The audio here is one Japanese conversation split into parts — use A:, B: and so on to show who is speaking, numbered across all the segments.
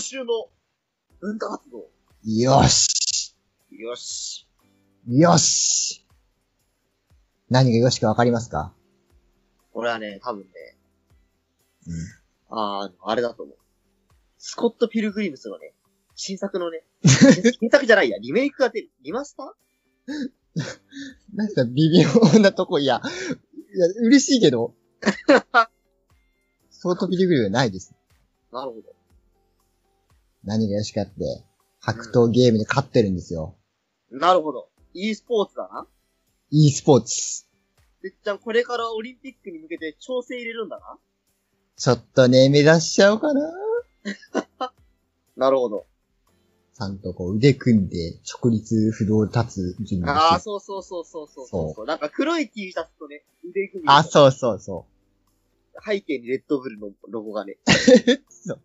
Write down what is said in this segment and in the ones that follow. A: 週の文化活動。
B: よし。
A: よし。
B: よし。何がよしかわかりますか
A: これはね、多分ね、
B: うん
A: あー、あれだと思う。スコット・ピルグリムスのね、新作の ね、新作じゃないや、リメイクが出る。リマスター
B: なんか微妙なとこ、いや、いや、嬉しいけど。相当ビリビリはないです。
A: なるほど。
B: 何がよしかって、格闘ゲームで勝ってるんですよ。
A: なるほど。e スポーツだな。
B: e スポーツ。
A: てっちゃん、これからオリンピックに向けて調整入れるんだな。
B: ちょっとね、目指しちゃおうかな。
A: なるほど。
B: ちゃんとこう腕組んで直立不動立つ準備
A: ああ、
B: して。
A: そうそうそうそうそうそうそう。なんか黒い T シャツとね、腕組み。
B: あ、そうそうそ
A: 背景にレッドブルのロゴがね。
B: う。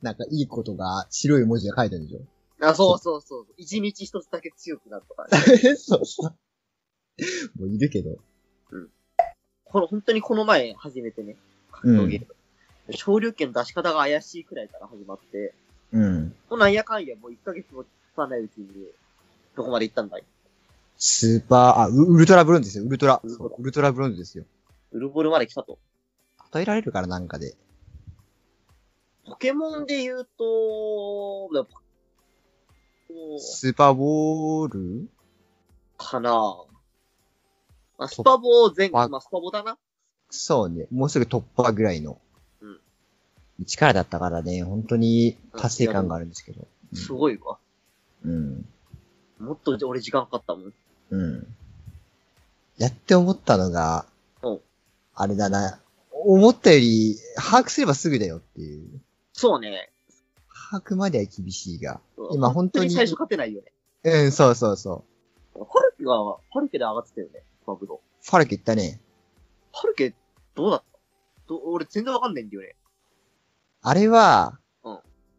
B: なんかいいことが白い文字が書いてあるでしょ。
A: あ、そうそうそう。一日一つだけ強くなるとかね、
B: そうそう。もういるけど。
A: この、本当にこの前初めてね、格闘ゲーム。昇竜拳の出し方が怪しいくらいから始まって、
B: うん。
A: もうなんやかんやもう1ヶ月も経たないうちに、どこまで行ったんだい
B: スーパー、あ、ウウルトラブロンズですよ。ウルトラ。
A: ウルトラ
B: そうウルトラブロンズですよ。
A: ウルボルまで来たと。
B: 与えられるからなんかで。
A: ポケモンで言うと、だポこう
B: スーパーボール
A: かなぁ。まあ、スパボー前、
B: あ
A: まあ、スパボだな。
B: そうね。もうすぐ突破ぐらいの。
A: うん
B: 力だったからね、本当に達成感があるんですけど。うん
A: すごいわ。
B: うん。
A: もっと俺時間かかったもん。
B: うん。やって思ったのが
A: うん、
B: あれだな。思ったより、把握すればすぐだよっていう。
A: そうね。
B: 把握までは厳しいが。
A: うん
B: 今本当に
A: 最初勝てないよね。
B: うん、そうそうそ
A: ハルケは、ハルケで上がってたよね、マグロ。
B: う。ファルケ言ったね。
A: ハルケ、どうだったど俺全然わかんないんだよね。
B: あれは、
A: うん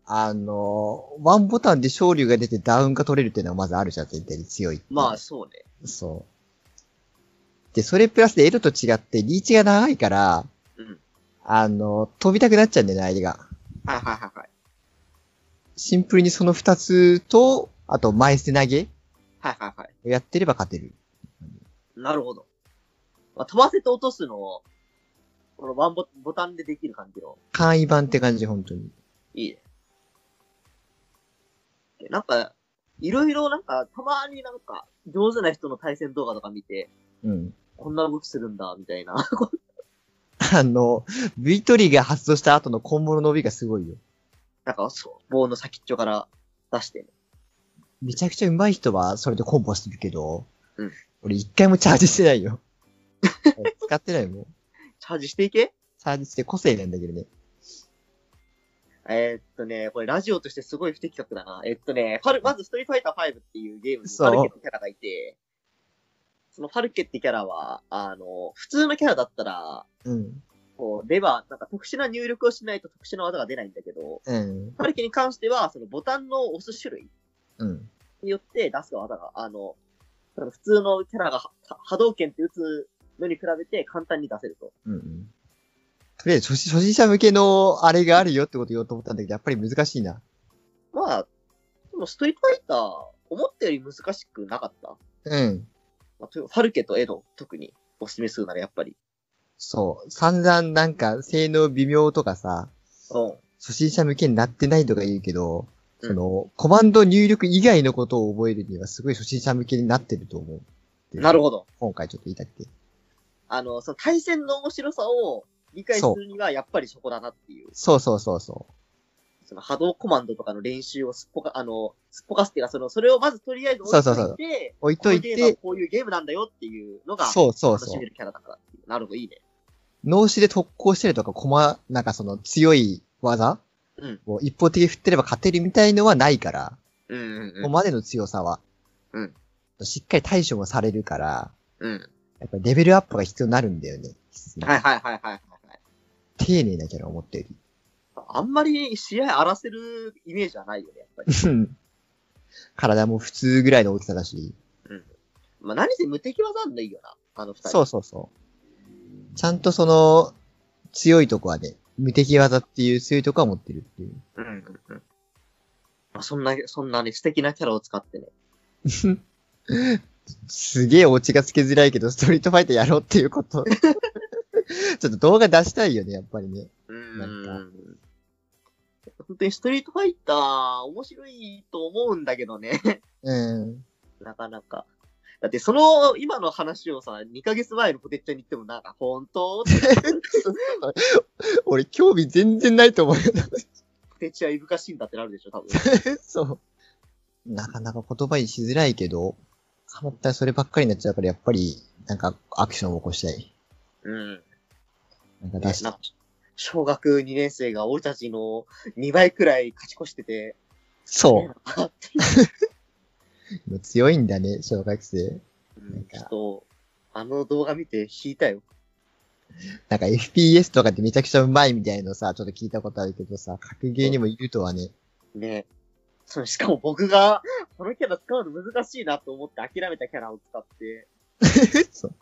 B: あの、ワンボタンで勝利が出てダウンが取れるっていうのはまずあるじゃん、全体に強いっていう。
A: まあ、そうね。
B: そう。で、それプラスでエロと違ってリーチが長いから、
A: うん
B: あの、飛びたくなっちゃうんだよね、相手が。
A: はいはいはいはい。
B: シンプルにその二つと、あと前捨て投げ
A: はいはいはい。
B: をやってれば勝てる。
A: なるほど。まあ、飛ばせて落とすのを、このワンボボタンでできる感じの、
B: 簡易版って感じ、本当に。
A: いいね。でなんか、いろいろなんか、たまになんか、上手な人の対戦動画とか見て、
B: うん。
A: こんな動きするんだ、みたいな。
B: あの、V トリガー発動した後の今後の伸びがすごいよ。
A: なんか、そう、棒の先っちょから出して、ね、
B: めちゃくちゃ上手い人はそれでコンボするけど、
A: うん
B: 俺一回もチャージしてな いよ。使ってないもん。
A: チャージしていけ
B: チャージして個性なんだけどね。
A: えーっとね、これラジオとしてすごい不適格だな。えっとね、ファル、まずストリートファイター5っていうゲームにフ
B: そう
A: ァルケってキャラがいて、そのファルケってキャラは、あの、普通のキャラだったら、
B: うん。
A: こう、レバー、なんか特殊な入力をしないと特殊な技が出ないんだけど、
B: うん。
A: ファルケに関しては、そのボタンの押す種類
B: うん。
A: によって出す技が、あの、その普通のキャラがは波動拳って打つのに比べて簡単に出せると。
B: うんうん。とりあえず初心初心者向けのあれがあるよってこと言おうと思ったんだけど、やっぱり難しいな。
A: まあ、でもストリートファイター、思ったより難しくなかった。
B: うん。
A: まあ、とファルケとエド、特にお勧めするならやっぱり。
B: そう。散々なんか性能微妙とかさ、
A: うん。
B: 初心者向けになってないとか言うけど、
A: うん
B: その、コマンド入力以外のことを覚えるにはすごい初心者向けになってると思う。
A: なる
B: ほど。
A: ほど。
B: 今回ちょっと言いたくて。
A: あの、その対戦の面白さを理解するにはやっぱりそこだなっていう。
B: そうそうそうそ
A: その波動コマンドとかの練習をすっぽか、あの、すっぽかすっていうか、その、それをまずとりあえず置いといて、
B: そうそうそうう。置い
A: ことの
B: い
A: ゲームは
B: て、
A: こういうゲームなんだよっていうのが、
B: そうそう
A: 楽し
B: そう
A: め。るキャラだからっていう。なるほど、いいね。
B: 脳死で特攻してるとか、コマ、なんかその強い技
A: うん
B: を一方的に振ってれば勝てるみたいのはないから、
A: うんうん
B: ここまでの強さは。
A: うん
B: しっかり対処もされるから、
A: うん。うん。
B: やっぱりレベルアップが必要になるんだよね。
A: はいはいはいはいはいはい。
B: 丁寧なキャラを持ってる。
A: あんまり試合荒らせるイメージはないよね、やっぱり。
B: 体も普通ぐらいの大きさだし。
A: まあ、何せ無敵技なんだいいよな、あの二人。
B: そうそうそう。ちゃんとその、強いとこはね、無敵技っていうそういうとこは持ってるっていう。
A: うんうんうん。まあ、そんな、そんなね、素敵なキャラを使ってね。
B: すげえオチがつけづらいけど、ストリートファイターやろうっていう こと。ちょっと動画出したいよね、やっぱりね。
A: う。
B: なん
A: 本当にストリートファイター、面白いと思うんだけどね。
B: うん。
A: なかなか。だって、その、今の話をさ、2ヶ月前のポテッチャに言っても、なんか、本当って
B: 俺、興味全然ないと思うよ。
A: ポテッチャいぶかしいんだってなるでしょ、多分。
B: そう。なかなか言葉にしづらいけど、ハマったらそればっかりになっちゃうから、やっぱり、なんかアクションを起こしたい。
A: うん。
B: なんか
A: ね
B: 出し
A: なんか小学2年生が俺たちの2倍くらい勝ち越してて、
B: そ
A: あっ
B: う。強いんだね、小学生。
A: うんちょっと、あの動画見て引いたよ。
B: なんか FPS とかってめちゃくちゃうまいみたいのさ、ちょっと聞いたことあるけどさ、格ゲーにもいると はね。
A: ねそのしかも僕が、このキャラ使うの難しいなと思って諦めたキャラを使って、
B: そう。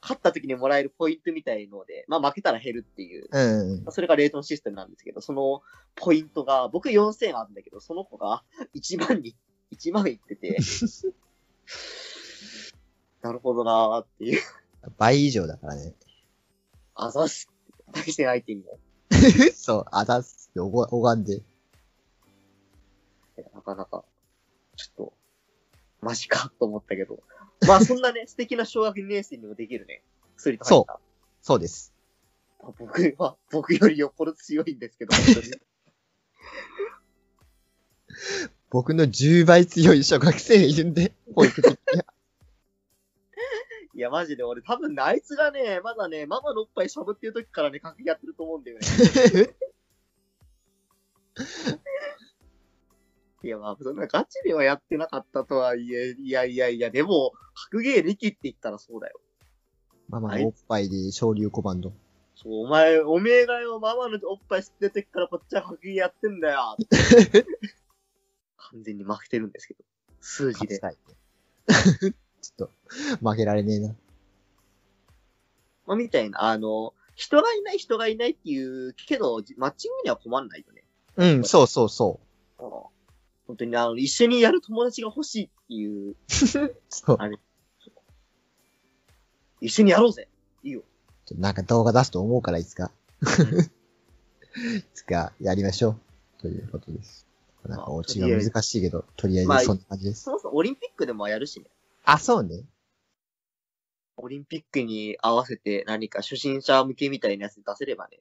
A: 勝った時にもらえるポイントみたいので、まあ負けたら減るっていう。
B: うん。
A: それがレートのシステムなんですけど、そのポイントが、僕4000あるんだけど、その子が1万に、1万いってて、 なるほどなーっていう。
B: 倍以上だからね。
A: あざす。対戦相手にも。
B: そう。あだすっておご、拝んで。
A: なかなか、ちょっと、マジかと思ったけど。まあそんなね、素敵な小学2年生にもできるね。薬と入った。
B: そうです。
A: まあ僕は、 僕よりよっぽど強いんですけど、本当に
B: 僕の10倍強い小学生がいるん で、保育的には。
A: いや、マジで俺多分ね、あいつがね、まだね、ママのおっぱいしゃぶっていう時からね、格闘やってると思うんだよね。いや、まあ、そんなガチではやってなかったとはいえ、いやいやいや、でも、格ゲー力って言ったらそうだよ。
B: ママのおっぱいで昇竜コマンド。
A: そう、お前、おめえがよ、ママのおっぱい吸ってる時からこっちは格ゲーやってんだよ。完全に負けてるんですけど。数字
B: 勝
A: で
B: ち。たい。 ちょっと、負けられねえな。
A: まあ、みたいな、あの、人がいない人がいないっていう、けど、じマッチングには困んないよね。
B: うん、 そうそうそ
A: あの本当に、あの、一緒にやる友達が欲しいっていう、
B: う。そう。
A: 一緒にやろうぜ。
B: ちょなんか動画出すと思うから、いつか。 いつかやりましょう。ということです。なんかオチが難しいけど、とりあえ
A: まあ
B: ずそんな感じです。
A: そもそもオリンピックでもやるしね。
B: あ、そうね。
A: オリンピックに合わせて何か初心者向けみたいなやつ出せればね。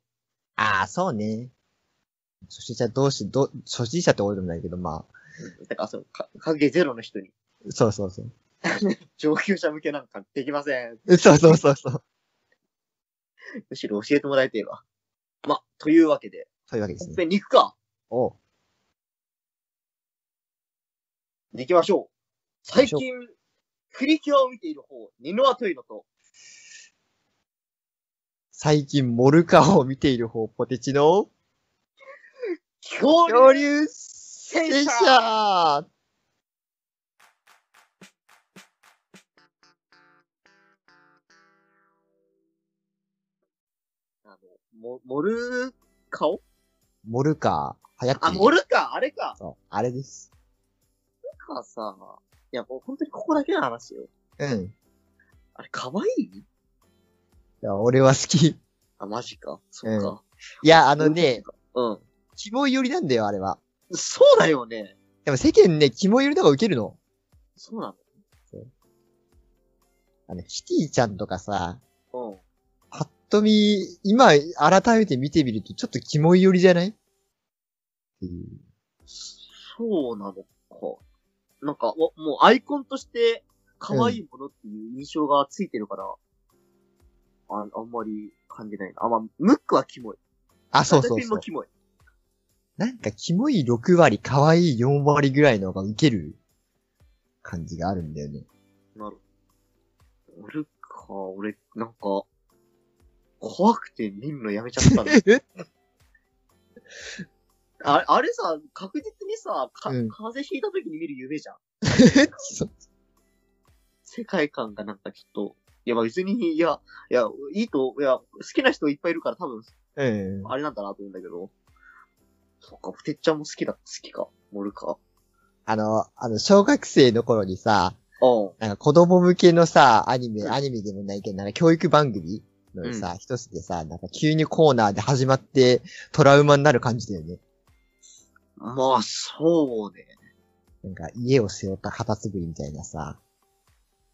B: ああ、そうね。初心者同士、ど、初心者って多いでもないけど、まあ、
A: だからその、か影ゼロの人に、
B: そうそうそう。
A: 上級者向けなんかできません。
B: そうそうそうそう。
A: むしろ教えてもらえてれば。ま、というわけで、
B: そういうわけです
A: 本
B: ね。
A: 編に行くか
B: おう
A: 行きましょう。最近、プリキュアを見ている方、ニノアトイノと、
B: 最近、モルカーを見ている方、ポテチの、
A: 恐竜
B: 恐竜戦車
A: あの、モモルカオ
B: モルカー、流行って
A: あ、
B: る
A: モルカあれか
B: そう、あれです。
A: モルカさ、いや、もう本当にここだけの話よ。
B: うん。
A: あれ、可愛い
B: いや俺は好き。 い
A: あ、マジか。そっか。
B: や、あのね、
A: うん。
B: キモい寄りなんだよ、あれは。
A: そうだよね。
B: でも世間ね、キモい寄りの方がウケるの。
A: そうな
B: あの、キティちゃんとかさ、
A: の。うん。
B: ぱっと見、今、改めて見てみると、ちょっとキモい寄りじゃないっていう。
A: そうなのか。なんか、おもうアイコンとして可愛いものっていう印象がついてるから、ああんまり感じないな。あ、まあ、ムックはキモい。
B: あ、そうそ
A: ガチャ
B: う
A: ピン
B: そ
A: も
B: う。
A: キモい。
B: なんか、キモい6割、可愛い4割ぐらいの方がウケる感じがあるんだよね。
A: なるほど。俺か、俺、なんか、怖くて見るのやめちゃったんだ。ああれさ、確実にさ、か
B: うん
A: 風邪ひいた時に見る夢じゃん。
B: そう
A: 世界観がなんかちょっと、いや、まあ別に、いや、いや、いいと、いや、好きな人いっぱいいるから多分、
B: ええ
A: あれなんだなと思うんだけど。そっか、ふてっちゃんも好きだ、好きか、モルカ。
B: あの、あの、小学生の頃にさ、
A: うん。
B: なんか子供向けのさ、アニメ、
A: うん
B: アニメでもないけど、なんか教育番組のさ、一つでさ、なんか急にコーナーで始まってトラウマになる感じだよね。
A: まあ、そうね。
B: なんか家を背負った旗つぐりみたいなさ、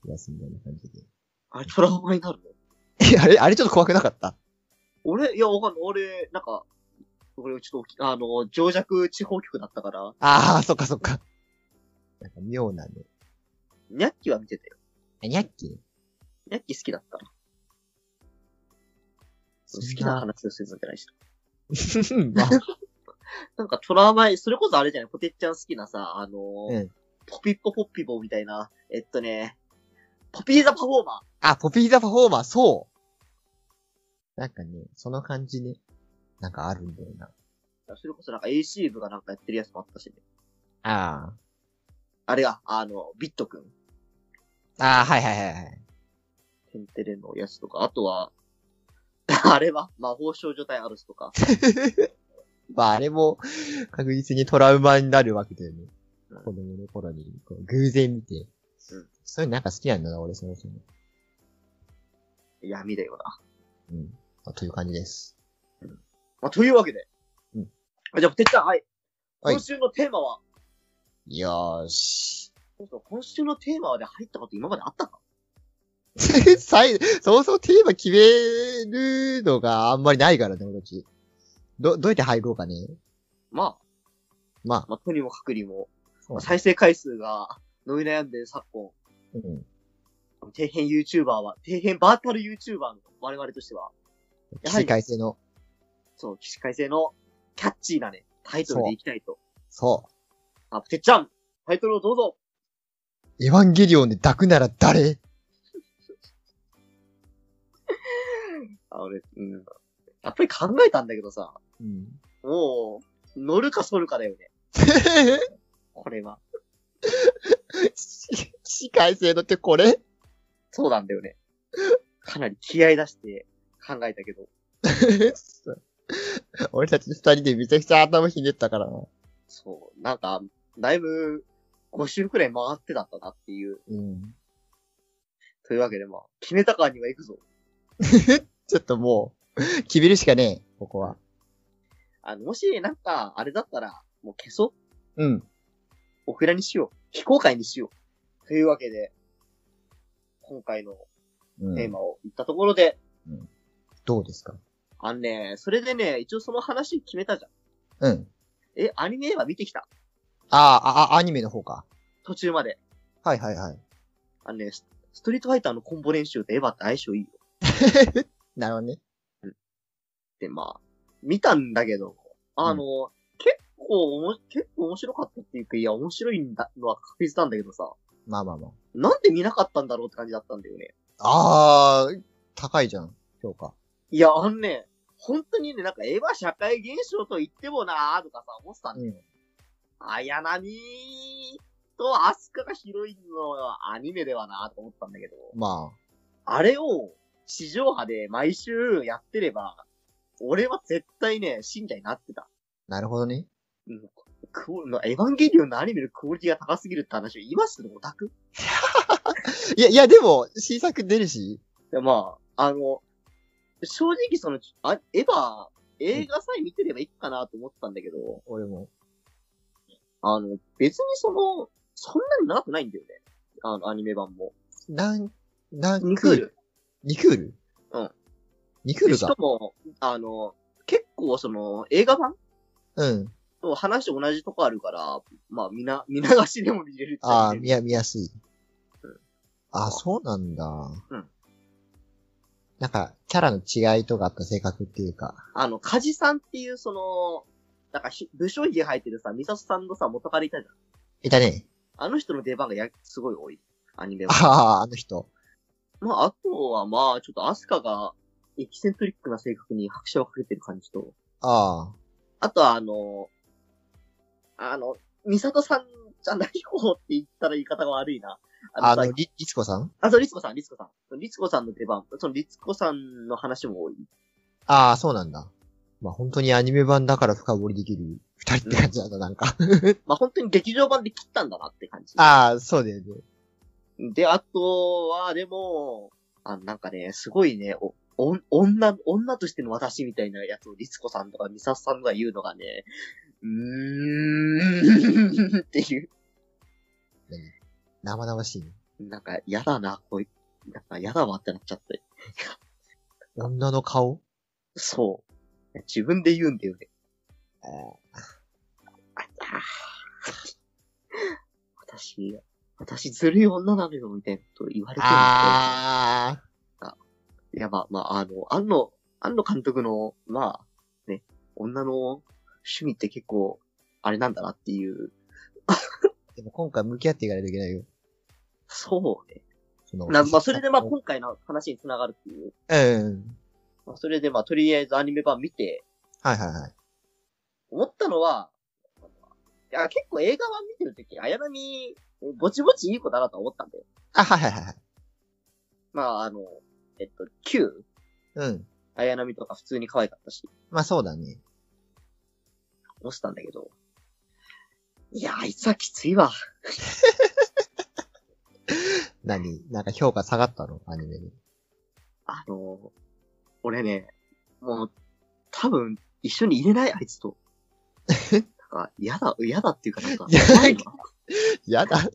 B: やつみたいな感じで。
A: あれ、トラウマになるの
B: え、あれ、あれちょっと怖くなかった
A: 俺、いや、わかんない。俺、なんか、俺、ちょっと、あの、情弱地方局だったから、
B: ああ、そっかそっか。なんか妙なね。
A: ニャッキは見てたよ。
B: あにゃっき
A: ニャッキ好きだったな。
B: そ
A: 好
B: んな
A: きな 話をするんじゃないし。
B: まあ、
A: なんかトラウマに、それこそあれじゃない、ポテッちゃん好きなさ、あのー
B: うん
A: ポピッポポッピボみたいな、えっとね、ポピーザパフォーマー。
B: あ、ポピーザパフォーマー、そうなんかね、その感じね。なんかあるんだよな。
A: それこそなんか AC 部がなんかやってるやつもあったしね。
B: あ
A: あれが、あの、ビットくん。
B: あ。ああ、はいはいはいはい。
A: テンテレのやつとか、あとは、 あれは魔法少女隊アルスとか。
B: まあ、あれも、確実にトラウマになるわけだよね。子供の頃に、こう、偶然見て。
A: うん
B: そういうのなんか好きなんだな、俺、そもそも。
A: 闇だよな。
B: うん。まあという感じです。
A: まあ、というわけで。
B: うん
A: あ。じゃあ、ポテッちゃん、はい。
B: はい
A: 今週のテーマは、
B: よーし。
A: そうそう今週のテーマはで入ったこと今まであったか
B: 最、そもそもテーマ決めるのがあんまりないからね、俺たち。ど、どうやって入ろうかね。
A: ま
B: ま
A: あ、まあ、とにもかくにも、
B: あ、
A: まあ再生回数が伸び悩んでる昨今、
B: うん。
A: 底辺 YouTuber は、底辺バーチャル YouTuber の我々としては、やはり
B: 世界性の、
A: そう、起死回生のキャッチーなね、タイトルでいきたいと。
B: そ
A: あ、てっちゃん、タイトルをどうぞ。
B: う。エヴァンゲリオンで抱くなら誰
A: あ、俺、うん。やっぱり考えたんだけどさ、
B: うん。
A: もう、乗るか反るかだよね。これは。
B: し世界性のってこれ
A: そうなんだよね。かなり気合い出して考えたけど。
B: 俺たち二人でめちゃくちゃ頭ひねったからな。
A: そう、なんか、だいぶ、5周くらい回ってだったなっていう。
B: うん。
A: というわけでまあ、決めたからには行くぞ。
B: ちょっともう、決めるしかねえ、ここは。
A: あの、もし、なんか、あれだったら、もう消そう。
B: うん。
A: オフェラにしよう。非公開にしよう。というわけで、今回の
B: うん
A: テーマを言ったところで、
B: どうですか
A: あのね、それでね、一応その話決めたじゃん。
B: うん。
A: え、アニメ映画見てきた
B: ああ、あ、アニメの方か。
A: 途中まで。
B: はいはいはい。
A: あのね、スストリートファイターのコンボ練習とエヴァって相性いいよ
B: なるほどね。
A: って、まあ、見たんだけど、あの、結構おも、結構面白かったっていうか、いや、面白いんだのは確実なんだけどさ、
B: まあまあまあ。
A: なんで見なかったんだろうって感じだったんだよね。
B: ああ、高いじゃん、評価。
A: いや、あのね、本当にね、なんかエヴァ社会現象と言ってもなーとかさ、思ってたんだよ
B: うん。
A: 綾波とアスカがヒロインのアニメではなと思ったんだけど、
B: まあ、
A: あれを地上波で毎週やってれば、俺は絶対ね、信者になってた。
B: なるほどね。
A: うんクオのエヴァンゲリオンのアニメのクオリティが高すぎるって話を今するオタク
B: いや、いや、でも、新作出るし。
A: でまあ、あの、正直その、あエヴァ、映画さえ見てればいいかなと思ったんだけど、
B: 俺も。
A: あの、別にその、そんなに長くないんだよね。あの、アニメ版も。
B: なん、なん
A: 2クール。
B: ニクール
A: うん。
B: ニクール
A: しか
B: か。
A: も、あの、結構その、映画版
B: うん。
A: と話同じとこあるから、まあ、みな、 見流しでも見れるっちゃ
B: ああ、
A: 見
B: 見
A: れる
B: や、見やすい。
A: うん
B: ああ、そうなんだ。
A: ん
B: なんか、キャラの違いとかあった性格っていうか。
A: あの、カジさんっていうその、なんかひ、武将髭生えてるさ、ミサトさんのさ、元からいたじゃん。
B: いたね。
A: あの人の出番がや、すごい多い。アニメは。
B: ああ、あの人。
A: まあ、あとはまあ、ちょっとアスカが、エキセントリックな性格に拍車をかけてる感じと、
B: ああ。
A: あとはあの、あの、ミサトさんじゃない方って言ったら言い方が悪いな。
B: あ
A: さ
B: の、り、りつこさん
A: あ、そう、リツコさん、リツコさん。リツコさんの出番、そのリツコさんの話も多い。
B: ああ、そうなんだ。まあ本当にアニメ版だから深掘りできる二人って感じなんだ、なんか。
A: まあ、本当に劇場版で切ったんだなって感じ。
B: ああ、そうだよね。
A: で、あとは、でも、あなんかね、すごいね、お、お女、女としての私みたいなやつをリツコさんとかミサスさんが言うのがね、うーん、っていう。
B: 生々しいね。
A: なんか、やだな、こい、なんか、やだわってなっちゃって。
B: 女の顔
A: そう。自分で言うんだよね。
B: あー
A: ああ私、私ずるい女なのよ、みたいなこと言われてるんですよ
B: あ
A: いや、まあ、まあ、あの、安野、安野監督の、まあ、ね、女の趣味って結構、あれなんだなっていう、
B: ー。でも今回向き合っていかないといけないよ。
A: そうね。
B: その
A: なまあ、それでまあ、今回の話に繋がるっていう。
B: うん。
A: まあ、それでまあ、とりあえずアニメ版見て、
B: はいはいはい。
A: 思ったのは、いや、結構映画版見てるとき、綾波、ぼちぼちいい子だなと思ったんだよ。
B: あ、はいはいはいはい。
A: まあ、あの、えっと、Q、
B: うん。
A: 綾波とか普通に可愛かったし、
B: まあそうだね。
A: 思ってたんだけど。いや、あいつはきついわ。
B: 何なんか評価下がったのアニメに。
A: あの、俺ね、もう、多分、一緒に入れない、あいつと。なんか、嫌だ、 嫌だっていうかなんか、
B: いや
A: 怖いな
B: やだって。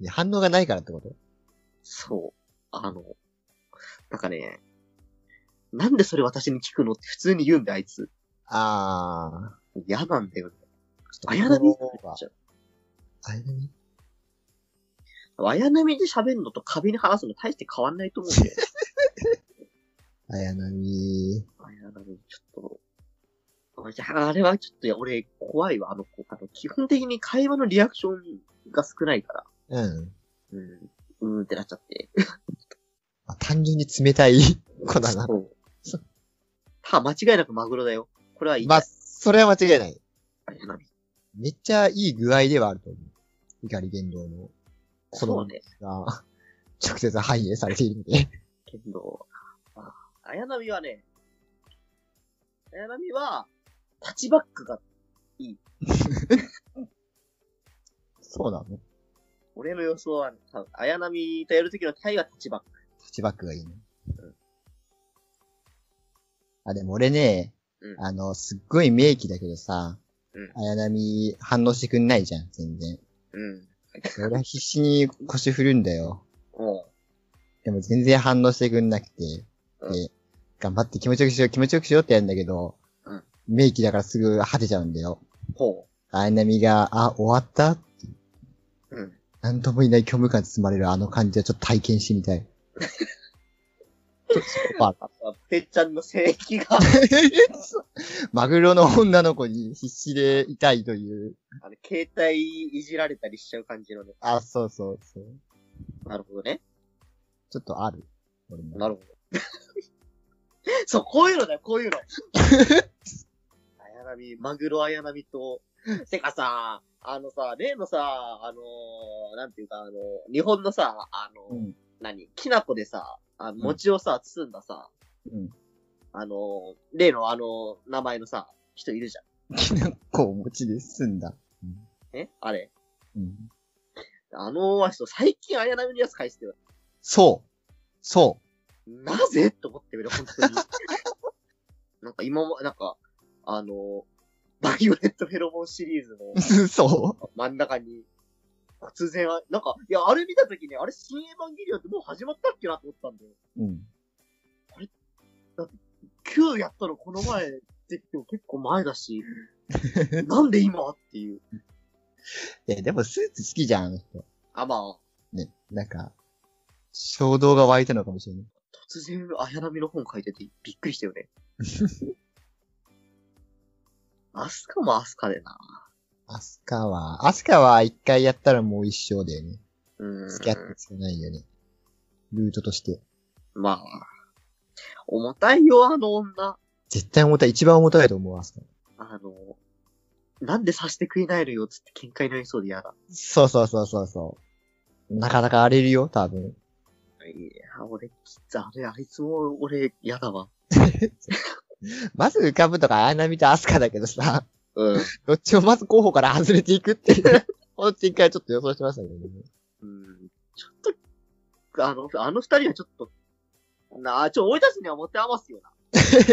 B: いや反応がないからってこと
A: そう。あの、なんかね、なんでそれ私に聞くのって普通に言うんだよ、あいつ。
B: ああ。
A: 嫌なんだよね。
B: ちょっと
A: 綾波
B: 心が綾波
A: 綾波で喋るのと壁に話すの大して変わんないと思うんだよ。
B: 綾波。
A: 綾波、ちょっと。いや、あれはちょっと、いや、俺、怖いわ、あの子。あの、基本的に会話のリアクションが少ないから。
B: うん。
A: うん。うーんってなっちゃって。
B: まあ、単純に冷たい 子だな。
A: そう。ただ間違いなくマグロだよ。これはいい。
B: まあ、それは間違いない。
A: あれな
B: めっちゃいい具合ではあると思う。怒り言動の子
A: そう
B: 供
A: ね。
B: が 直接反映されているんで。
A: けど、あ綾波はね、綾波は、タッチバックが
B: そうなのタ
A: 俺の予想は、ね、多分綾波とやるときのタイはタッチバック。
B: ッチバックがいいね。あ、でも俺ね、
A: うん
B: あの、すっごい名機だけどさ、
A: う
B: 綾波反応してくんないじゃん、全然。
A: うん。
B: 俺は必死に腰振るんだよ。
A: も
B: でも全然反応してくんなくて、
A: うん
B: で、頑張って気持ちよくしよう、気持ちよくしようってやるんだけど、
A: うん
B: 名機だからすぐ果てちゃうんだよ。
A: う、ほ
B: 綾波が、あ、終わった
A: う。うん。
B: なんともいない虚無感に包まれるあの感じはちょっと体験してみたい。ちょっとそこは
A: あとは、てっちゃんの性癖 が、
B: マグロの女の子に必死でいたいという。
A: あの、携帯いじられたりしちゃう感じのね。
B: あ、そうそうそう。
A: なるほどね。
B: ちょっとある。俺も
A: なるほど。 そう、こういうのだよ、こう いうの。綾波、マグロ綾波と、てかさ、あのさ、例のさ、あのーなんていうか、あのー日本のさ、あのー
B: うん
A: 何、きなこでさ、あの餅をさ、包んださ、
B: うん。
A: あのー例のあのー名前のさ、人いるじゃん。
B: きなこをお餅で済んだ。
A: えあれ。
B: うん。
A: あのー人、最近綾波のやつ返してる。
B: そう。そ
A: なぜって思ってる、本当に。なんか今も、なんか、あのーバイオレットフェロモンシリーズの、
B: う。 そう。
A: 真ん中に、突然は、なんか、いや、あれ見たときに、あれ、新エヴァンゲリオンってもう始まったっけなと思ったんだよ。
B: うん。
A: 9やったのこの前って言っても結構前だし、なんで今っていう。
B: え、でもスーツ好きじゃん、あの人。
A: あ、まあ、
B: ね。なんか、衝動が湧いたのかもしれない。
A: 突然、綾波の本書いててびっくりしたよね。アスカもアスカでな。
B: アスカは、アスカは一回やったらもう一生だよね。
A: う
B: 付き合っ
A: ん。
B: てつけないよね。ルートとして。
A: まあ、重たいよ、あの女。
B: 絶対重たい。一番重たいと思う、アスカ。
A: あの、なんで刺して食いないのよ、つって喧嘩になりそうで嫌だ。
B: そうそうそうそうそう。なかなか荒れるよ、多分。
A: いや、俺、きつ、あれ、あいつも、俺、嫌だわ。
B: まず浮かぶとか、綾波とアスカだけどさ、
A: うん。
B: どっちもまず候補から外れていくっていう、 この展開はちょっと予想してましたけどね。
A: うんちょっと、あの、あの二人はちょっと、なあ、ちょ、追い出すには持って余すよな。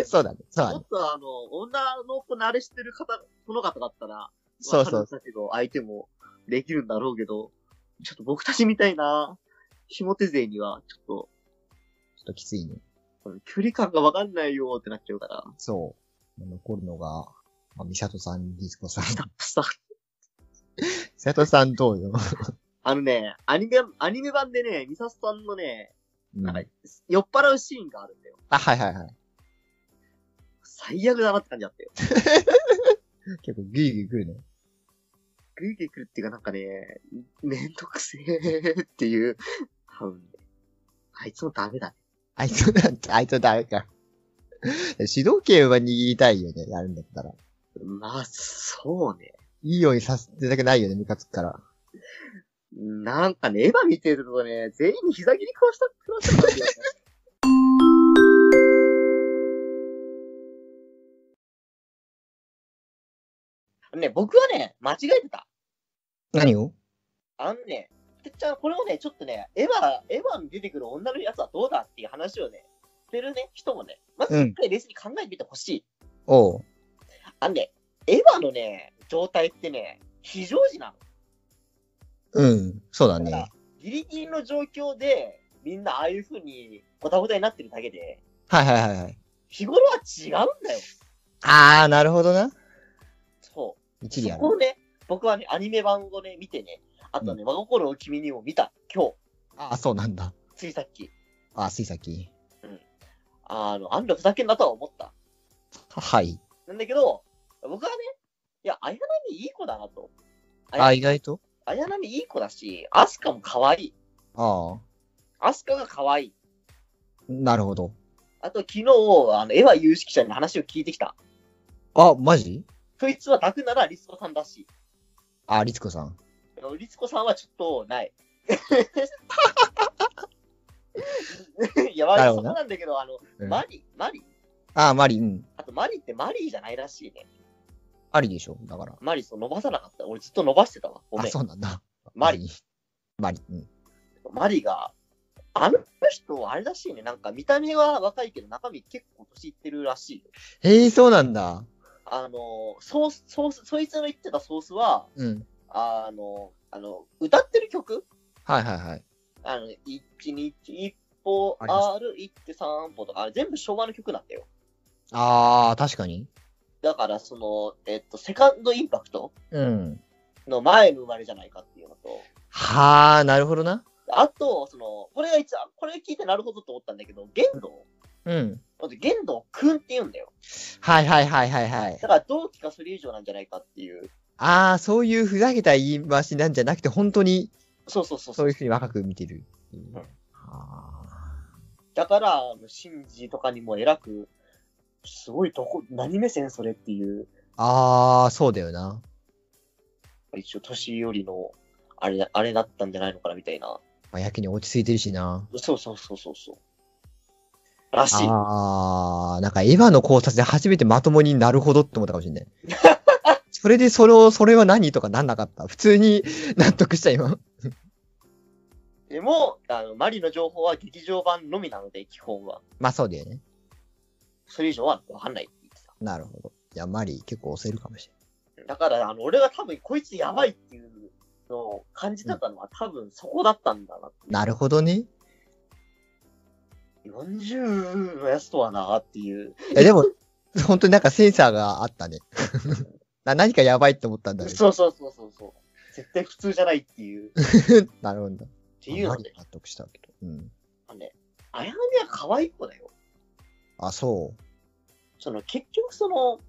B: そうだね、そうだ
A: も
B: ね
A: っ。とあの、女の子慣れしてる方、この方だったら、
B: そうそう。
A: だけど、相手もできるんだろうけど、ちょっと僕たちみたいな、下手勢には、ちょ
B: ちょっときついね。
A: っと、距離感がわかんないよってなっちゃうから、
B: そう。残るのが、まあ、ミサトさん、ディスコさん。
A: さ、
B: ミサトさんどうよ。
A: あのね、アニメ、アニメ版でね、ミサスさんのね、
B: うん
A: なんか、酔っ払うシーンがあるんだよ。
B: あ、はいはいはい。
A: 最悪だなって感じだったよ。
B: 結構グイグイ来るね。
A: グイグイ来るっていうかなんかね、めんどくせえっていう、多分ね、あいつもダメだね。
B: あいつなんて、あいつはダメか。 主導権は握りたいよね、やるんだったら。
A: まあ、そうね。
B: いいようにさせたくないよね、ムカつくから。
A: なんかね、エヴァ見てるとね、全員に膝切り食わしたくなっちゃったんだよね。あのね、僕はね、間違えてた。
B: 何を
A: あのね、てっちゃん、これをね、ちょっとね、エヴァ、エヴァに出てくる女のやつはどうだっていう話をね、してるね、人もね、まず
B: うん
A: 一回冷静に考えてみてほしい。
B: おう。
A: あのね、エヴァのね、状態ってね、非常時なの。
B: うん。そうだ
A: だから
B: ね。
A: ギリギリの状況で、みんなああいう風にごたごたになってるだけで、
B: はいはいはいはい。
A: 日頃は違うんだよ。
B: あー、なるほどな。
A: そ
B: 一
A: う。
B: 理
A: そ
B: ある
A: こ。をね、僕はね、アニメ版をね、見てね、あとね、真心を君にも見た、今
B: あそうなんだ。
A: 日、ついさっき、
B: あついさっき。
A: あの、あんたふざけんなとは思った。
B: ははい。
A: なんだけど、僕はね、いや、綾波いい子だなと。
B: あ、意外と
A: 綾波いい子だし、アスカも可愛い。
B: ああ。
A: アスカが可愛い。
B: なるほど。
A: あと、昨日、あの、エヴァ有識者に話を聞いてきた。
B: あ、マジ
A: そいつは抱くならリツコさんだし、
B: あ、律子さん。
A: リツコさんはちょっと ない。いや、ま
B: な
A: あ、
B: る
A: そ
B: ほ
A: う
B: どな
A: なんだけど、あの、
B: うん
A: マリ、マリ、
B: あ、マリ、うん。
A: あとマリってマリーじゃないらしいね。
B: ありでしょだから。
A: マリそう伸ばさなかった。俺ずっと伸ばしてたわ。ご
B: あ、
A: めん
B: そ。うなんだ。
A: マリ、。
B: マリ、うん。
A: マリが、あの人、あれらしいね。なんか見た目は若いけど、中身結構年いってるらしいよ。
B: へえ、そうなんだ。
A: あの、ソース、ソース、そいつの言ってたソースは、
B: うん。
A: あの、あの、歌ってる曲
B: はいはいはい。
A: あの、一日一歩
B: あります
A: 歩いて三歩とか、あれ全部昭和の曲なんだよ。
B: あー、確かに。
A: だから、その、えっと、セカンドインパクト
B: うん。
A: の前の生まれじゃないかっていうのと、
B: はー、なるほどな。
A: あと、その、これが一番、これ聞いてなるほどと思ったんだけど、玄道、
B: うん。
A: だって玄道くんって言うんだよ。
B: はいはいはいはいはい
A: だ。から、同期かそれ以上なんじゃないかっていう。
B: あー、そういうふざけた言い回しなんじゃなくて、本当に
A: そうそうそうそ
B: そう
A: う。
B: いうふうに若く見てるっていう。
A: うん
B: あ
A: だから、あのシンジとかにも偉く、すごいどこ、何目線それっていう、
B: ーあー、そうだよな。
A: 一応年寄りの、あれだ、あれだったんじゃないのかなみたいな。
B: まあ、やけに落ち着いてるしな。
A: そうそうそうそうそう。らしい。
B: あー、なんかエヴァの考察で初めてまともになるほどって思ったかもしれない。 それでそれを、それは何とかなんなかった。普通に 納得した今。
A: でも、あの、マリの情報は劇場版のみなので、基本は。
B: まあそうだよね。
A: それ以上はわかんないって言って
B: なるほど。いや、マリー結構押せるかもしれない。
A: た。だから、あの、俺が多分、こいつやばいっていうのを感じてたのは、多分そこだったんだな。
B: なるほどね。
A: 40のやつとはな、っていう。
B: え、でも、 本当になんかセンサーがあったね。 な何かやばいって思ったんだね。
A: そうそうそうそうそう。絶対普通じゃないっていう。っ
B: なるほど。って
A: いうの
B: マリ
A: で
B: ー、納得したけど。うん。
A: あのね、あやみは可愛い子だよ。
B: あ、そう。
A: その、結局その、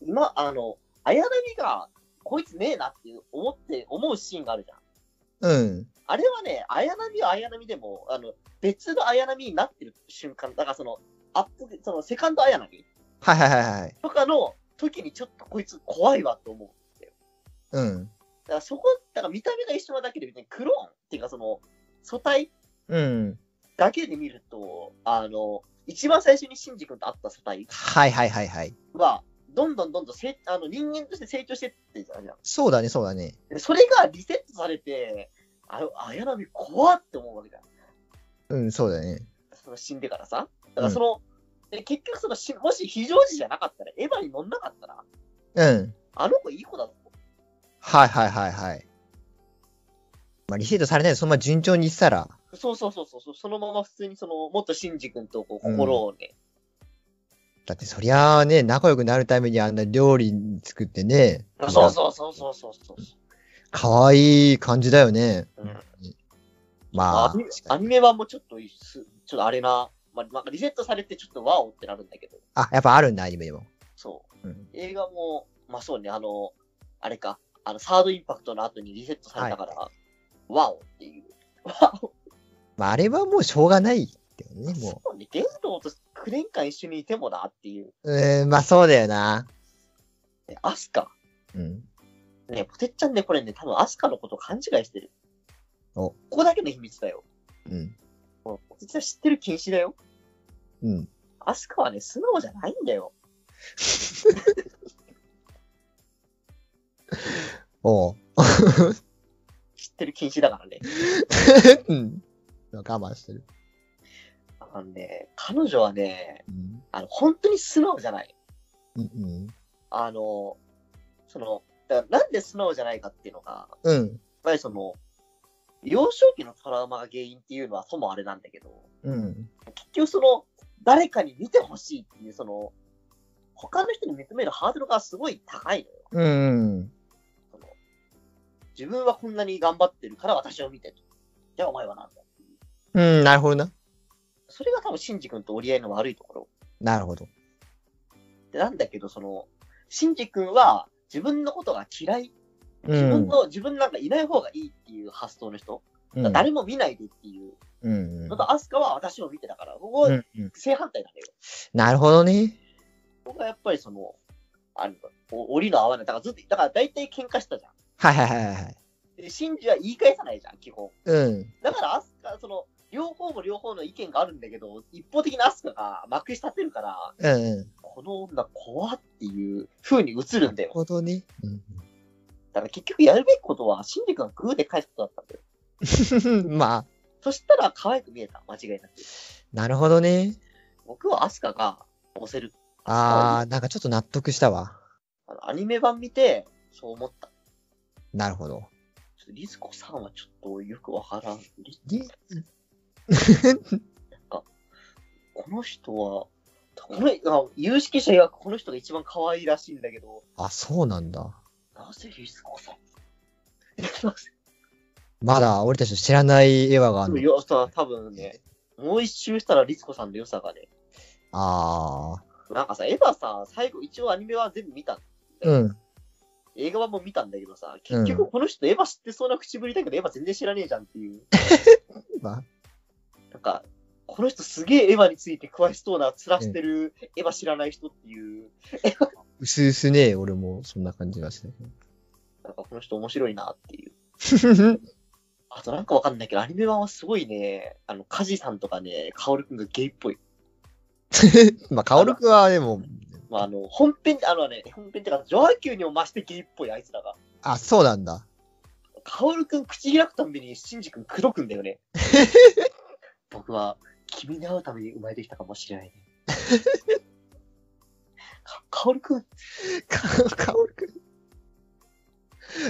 A: 今、あの、あやみが、こいつねえなっていう思って、思うシーンがあるじゃん。
B: うん。
A: あれはね、綾波は綾波でも、あの、別の綾波になってる瞬間、だからその、アップ、その、セカンド綾波
B: はいはいはいはい。
A: とかの時にちょっとこいつ怖いわと思う。
B: うん。
A: だからそこ、だから見た目が一緒なだけで、別にクローンっていうかその、素体
B: うん。
A: だけで見ると、あの、一番最初にシンジ君と会った世帯
B: はいはいはいはい。
A: は、どんどんどんどんせあの人間として成長してってじゃんじゃん
B: そうだね、そうだね。
A: で。それがリセットされて、あ、綾波怖って思うわけだよ。
B: うん、そうだね。
A: その死んでからさ。だからその、で結局そのし、もし非常時じゃなかったら、エヴァに乗んなかったら、
B: うん。
A: あの子いい子だぞ。
B: はいはいはいはい。まあ、リセットされないで、そのまま順調にしたら、
A: そうそうそうそう、そのまま普通にその、元シンジ君とこう心をね、
B: だってそりゃあね、仲良くなるためにあんな料理作ってね、
A: そうそうそうそうそうそう。
B: かわいい感じだよね。
A: うん
B: まあ、
A: アニメ
B: 確か
A: ア
B: に
A: ニメ版もちょっといいっす、ちょっとあれな、まあ、まあリセットされてちょっとワオってなるんだけど、
B: あ、やっぱあるんだ、アニメでも。
A: そう。
B: うん
A: 映画も、まあそうね、あの、あれか、あの、サードインパクトの後にリセットされたから、ワオっていう。ワオ
B: まあ、あれはもうしょうがないけどね、も
A: そうね、ゲンドウと9年間一緒にいてもなっていう。
B: う。うーん、まあそうだよな。
A: ねアスカ。
B: うん。
A: ね、ポテッちゃんね、これね、多分アスカのことを勘違いしてる。
B: お
A: ここだけの秘密だよ。
B: うん。
A: もうポテッちゃん知ってる禁止だよ。
B: うん。
A: アスカはね、素直じゃないんだよ。
B: おう。
A: 知ってる禁止だからね。
B: うん。我慢してる。
A: あのね、彼女はね、
B: うん。
A: あの、本当に素直じゃない。
B: うん。うん。
A: あの、その、だからなんで素直じゃないかっていうのが、やっ
B: うん。
A: ぱりその、幼少期のトラウマが原因っていうのはともあれなんだけど、
B: うん。
A: 結局その、誰かに見てほしいっていう、その、他の人に認めるハードルがすごい高いのよ。
B: うん。
A: その自分はこんなに頑張ってるから私を見てと。じゃあお前はなんだっていう。
B: うん、なるほどな。
A: それが多分、シンジ君と折り合いの悪いところ。
B: なるほど。
A: でなんだけど、その、シンジ君は自分のことが嫌い
B: うん
A: 自分の、自分なんかいない方がいいっていう発想の人。
B: うん。
A: 誰も見ないでっていう。
B: うん。
A: また、アスカは私を見てたから、僕は
B: うんうん
A: 正反対なのよ。
B: なるほどね。
A: 僕はやっぱりその、あの、お檻の合わない。だからずっと、だから大体喧嘩したじゃん
B: はいはいはいはい。。
A: でシンジは言い返さないじゃん、基本。
B: うん。
A: だからアスカ、その、両方も両方の意見があるんだけど、一方的にアスカがまくし立てるから、
B: うんうん。なる
A: この女怖っていう風に映るんだよ。
B: ほどね。うん
A: だから結局やるべきことは、シンジ君がグーで返すことだったんだよ。
B: うん。まあ、
A: そしたら可愛く見えた、間違いなく。
B: なるほどね。
A: 僕はアスカが押せる。
B: あー、なんかちょっと納得したわ。
A: あの、アニメ版見て、そう思った。
B: なるほど。
A: ちょっとリスコさんはちょっとよくわからん。リ
B: で、
A: この人は、この、あ有識者曰くこの人が一番可愛いらしいんだけど、
B: あ、そうなんだ。
A: なぜリスコさんなぜ
B: まだ俺たちの知らないエヴァがある
A: いや、さ、多分ね、もう一周したらリスコさんの良さがね、
B: ああ。
A: なんかさ、エヴァさ、最後一応アニメは全部見た。
B: うん。
A: 映画版も見たんだけどさ、結局この人エヴァ知ってそうな口ぶりだけど、エヴァ全然知らねえじゃんっていう。
B: まあ、
A: なんか、この人すげえエヴァについて詳しそうな、つらしてる、エヴァ知らない人っていう、
B: うすうすね、俺もそんな感じがして。
A: なんかこの人面白いなっていう。あとなんかわかんないけど、アニメ版はすごいね、あの、カジさんとかね、カオルくんがゲイっぽい。
B: まあ、カオルくんはでも、
A: まあ、あの、本編、あのね、本編ってか、上級にも増してゲイっぽい、あいつらが。
B: あ、そうなんだ。
A: カオルくん口開くたんびに、シンジくん口説くんだよね。僕は、君に会うために生まれてきたかもしれないね。かカオルくん、
B: カカオルくん。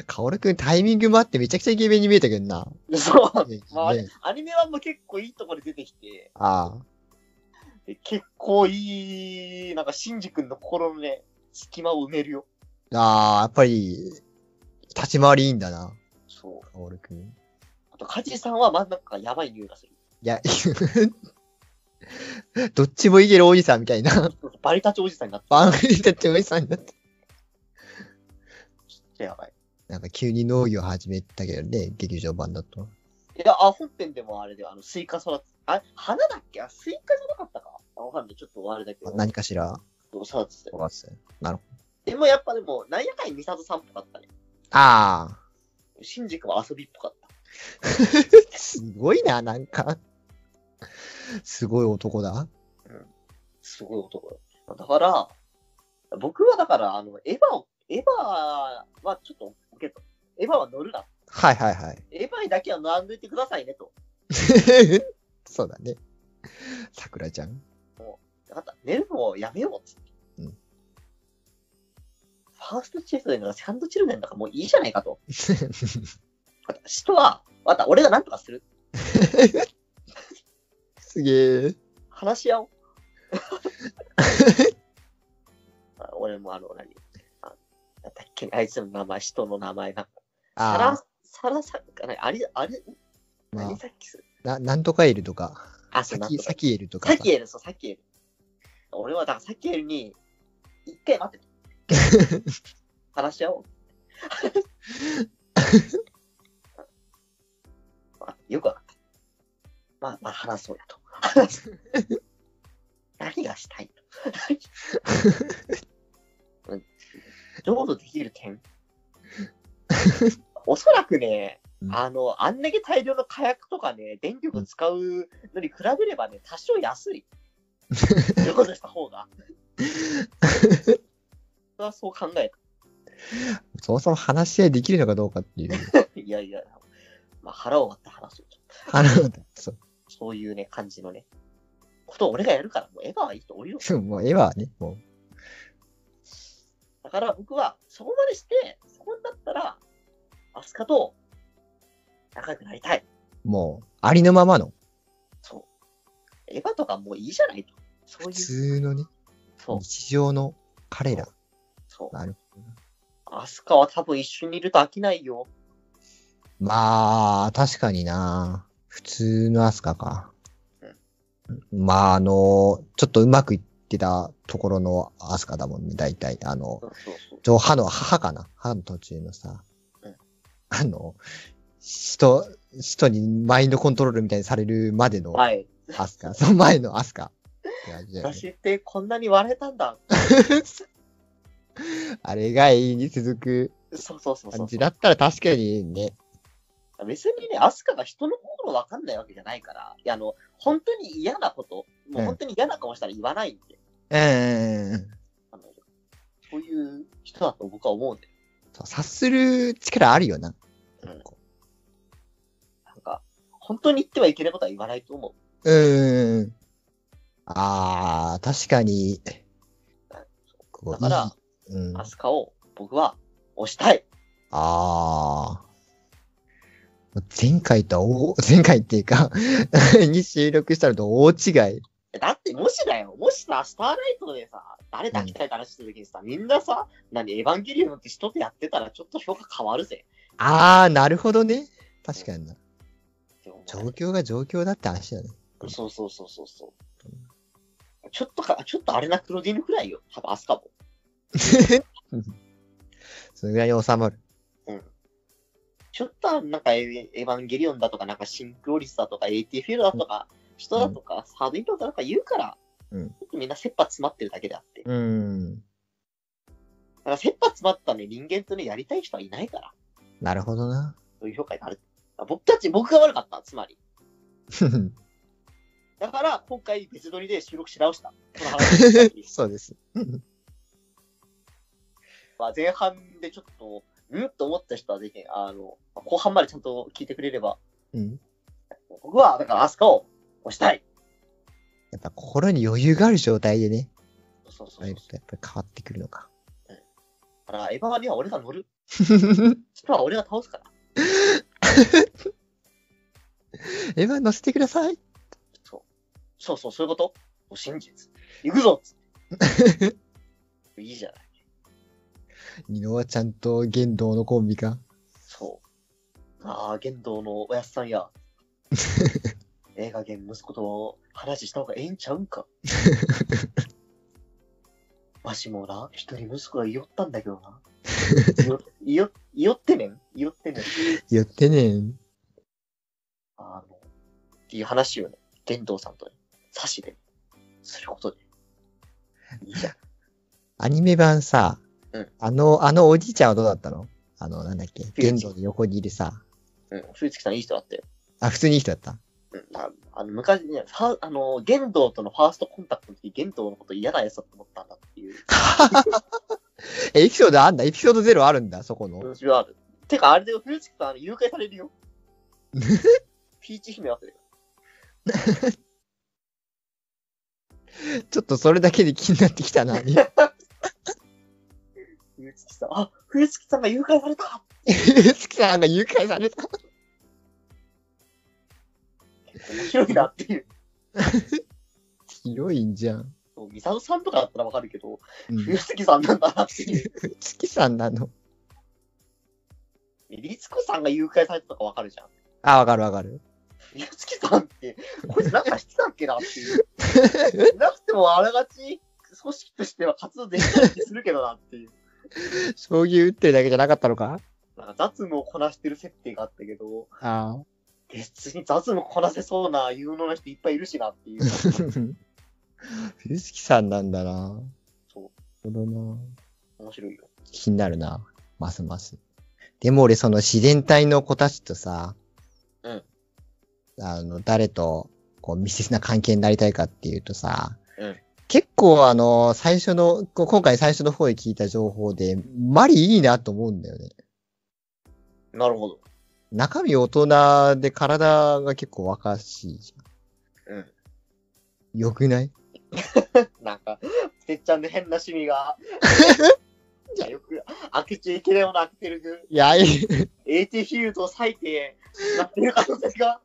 B: カオルくんタイミングもあってめちゃくちゃイケメンに見えたけどな。
A: そう
B: ね
A: まあ、あれ
B: ね
A: アニメ版も結構いいところで出てきて、
B: ああ。
A: で結構いい、なんか、シンジ君の心のね、隙間を埋めるよ。
B: ああ、やっぱり、立ち回りいいんだな、
A: そう。
B: カオルくん。い
A: あと、カジさんは真ん中がやばい匂いがする。
B: や、 どっちもいけるおじさんみたいな。
A: バリタチおじさんになって
B: 番組立っておじさんになって。
A: やばい。
B: なんか急に農業始めたけどね、劇場版だと。
A: いや、あ、本編でもあれで、あの、スイカ育つ。あ、花だっけあ、スイカじゃなかったかあわかんない。ちょっとあれだけど、
B: 何かしら
A: 育つって。
B: わかってたよなるほど。
A: でもやっぱでも、なんやかんやミサトさんっぽかったね。
B: あ
A: シンジ君は遊びっぽかった。
B: あ。すごいな、なんか。すごい男だ。
A: うんすごい男だ。だから、僕はだから、あの、エヴァを、エヴァはちょっと置けと。エヴァは乗るな。
B: はいはいはい。
A: エヴァにだけは乗らんといてくださいねと。
B: そうだね。桜ちゃん。
A: だから、寝るのをやめようっつって。
B: うん
A: ファーストチルドレンだから、セカンドチルドレンだからもういいじゃないかと。私とは、また俺が何とかする。
B: すげえ。
A: 話し合 おう。あ俺もあの、何あなんだっけ、あいつの名前、人の名前なんか。サ
B: あ
A: ラ、サラさんかなあれ、あれ、
B: あ、ま
A: 何
B: あ、
A: さっきする
B: な、なんとかエルとか、
A: あ、そ
B: サ
A: う、なん
B: キ、
A: とか
B: サキエルとか
A: サ
B: さ。
A: キエル、そう、サキエル。俺は、だからサキエルに、一回待 って。話し合おう。まあ、よくわかった。まあ、まあ、話そうやと。何がしたいと。うん譲渡できる点 おそらくね
B: う、ん
A: あの、あんだけ大量の火薬とかね、電力使うのに比べればね、多少安 い。譲渡した方が。それはそう考え
B: そもそも話し合いできるのかどうかっていう。
A: た。いやいや、まあ、腹を割って話そうと。
B: あの、そ
A: そういうね、感じのね、ことを俺がやるから、もうエヴァはいいと降りろ。
B: う、もう絵はね、も
A: だから僕は、そこまでして、そこになったら、アスカと仲良くなりたい。
B: う、もう、ありのままの、
A: そう。エヴァとかもういいじゃないと。そう
B: 普
A: いう、そう、
B: 通のね、日常の彼ら。
A: そう。
B: なる
A: アスカは多分一緒にいると飽きないよ。
B: まあ、確かにな。普通のアスカか
A: う。
B: まあ、あの、ちょっとうまくいってたところのアスカだもんね、大体。あの
A: そ、うそうそう。
B: と、歯の、歯かな歯の途中のさ
A: うん、
B: あの、人、人にマインドコントロールみたいにされるまでの
A: はい。
B: アスカ、そ の前のアスカって感じだよね。
A: 私ってこんなに割れたんだ。
B: あれが永遠に続く
A: そうそうそうそ
B: 感
A: う
B: じ。だったら確かにね、
A: 別にね、アスカが人の心わかんないわけじゃないから、いや、あの、本当に嫌なこと、もう本当に嫌な顔したら言わないんで、
B: うん、
A: あの、そういう人だと僕は思うんで、
B: そう察する力あるよな。
A: うんなんか、本当に言ってはいけないことは言わないと思う。
B: うん。ああ、確かに。こう
A: だから、
B: いいうん、
A: ア
B: あ
A: スカを僕は押したい。
B: あー。前回とは大、 前回っていうか、に収録したのと大違い。
A: だって、もしだよ、もしさ、スターライトでさ、誰抱きたいって話してる時にさ、みんなさ、何、エヴァンゲリオンって人とやってたらちょっと評価変わるぜ。
B: ああ、なるほどね。確かにな。
A: って思う
B: 状況が状況だって話だね。
A: そうそうそうそうそう。ちょっとか、ちょっとあれな黒ディーヌくらいよ。多分アスカも。
B: そのぐらいに収まる。
A: ちょっとなんかエヴエヴァンゲリオンだとか、なんかシンクロリスだとか、ATFL だとか、人だとか、サードインパクトだとか言うから、
B: うん
A: ちょっとみんな切羽詰まってるだけであって。だ
B: うん。
A: から切羽詰まったね、人間とね、やりたい人はいないから、
B: なるほどな。
A: そういう評価になる。僕たち、僕が悪かった、つまり。だから、今回別撮りで収録し直した。この 話
B: そうです。
A: まあ前半でちょっと、うんと思った人はぜひ、あの、後半までちゃんと聞いてくれれば、
B: うん。
A: 僕は、だから、アスカを押したい。
B: やっぱ心に余裕がある状態でね、
A: そうそうそ
B: や
A: う
B: る。とやっぱり変わってくるのか。
A: だから、エヴァには俺が乗る。スパは俺が倒すから。
B: エヴァ乗せてください。
A: そうそう、そういうこと。もう真実。行くぞっつって。いいじゃない。
B: ニノはちゃんと言動のコンビか。
A: そう。ああ、玄道のおやっさんや。映画原息子と話した方がええんちゃうんか。わしもな、一人息子がいよったんだけどな。いよ、いよ、いよってねんいよってねん。
B: 言ってねん。
A: あの、っていう話をね、玄道さんとね、差しで、する ことで。いいじゃん。
B: アニメ版さ、
A: うん
B: あの、あのおじいちゃんはどうだったのあの、なんだっけ、
A: ュウジ
B: 言動の横にいるさ。
A: うん。冬月さんいい人だったよ。
B: あ、普通にいい人だった。
A: うん。ああの、昔ね、ファーあの、玄道とのファーストコンタクトの時、玄道のこと嫌なやつだと思ったんだっていう、
B: え、エピソードあんだエピソード0あるんだ、そこの。
A: 文字はある。てか、あれで古地区さん、あの誘拐される よ。ピーチ姫忘れる。
B: ちょっとそれだけで気になってきたな。
A: 冬月さん、あ、冬月さんが誘拐された
B: スキさんが誘拐された。
A: 面白いなっていう。
B: ヒロインじゃん。
A: そうミサトさんとかだったらわかるけど、
B: うん
A: 冬、月さんなんだなっていう。
B: 月さんなの。
A: リツコさんが誘拐されたとかわかるじゃん。
B: あ、わかるわかる。
A: 冬月さんって、こいつなんかしてたっけなっていう。なくてもあらがち、組織としては活動できたりするけどなっていう。
B: 将棋打ってるだけじゃなかったのか
A: なんか雑務をこなしてる設定があったけど、
B: ああ。
A: 別に雑務こなせそうな有能な人いっぱいいるしなっていう。
B: 冬月さんなんだな。。
A: そう
B: そうだな。
A: 面白いよ。
B: 気になるな。ますます。でも俺その自然体の子たちとさ、
A: うん。
B: あの、誰と、こう、密接な関係になりたいかっていうとさ、
A: うん
B: 結構あの、最初の、こ今回最初の方で聞いた情報で、マリいいなと思うんだよね。
A: なるほど。
B: 中身大人で体が結構若しいじゃん。。
A: うん
B: よくない
A: なんか、てっちゃんの変な趣味が。いやよく、開けちゃいけないもの開けてる。
B: いや、いい
A: AT フィールドを割いて、なってる可能性が。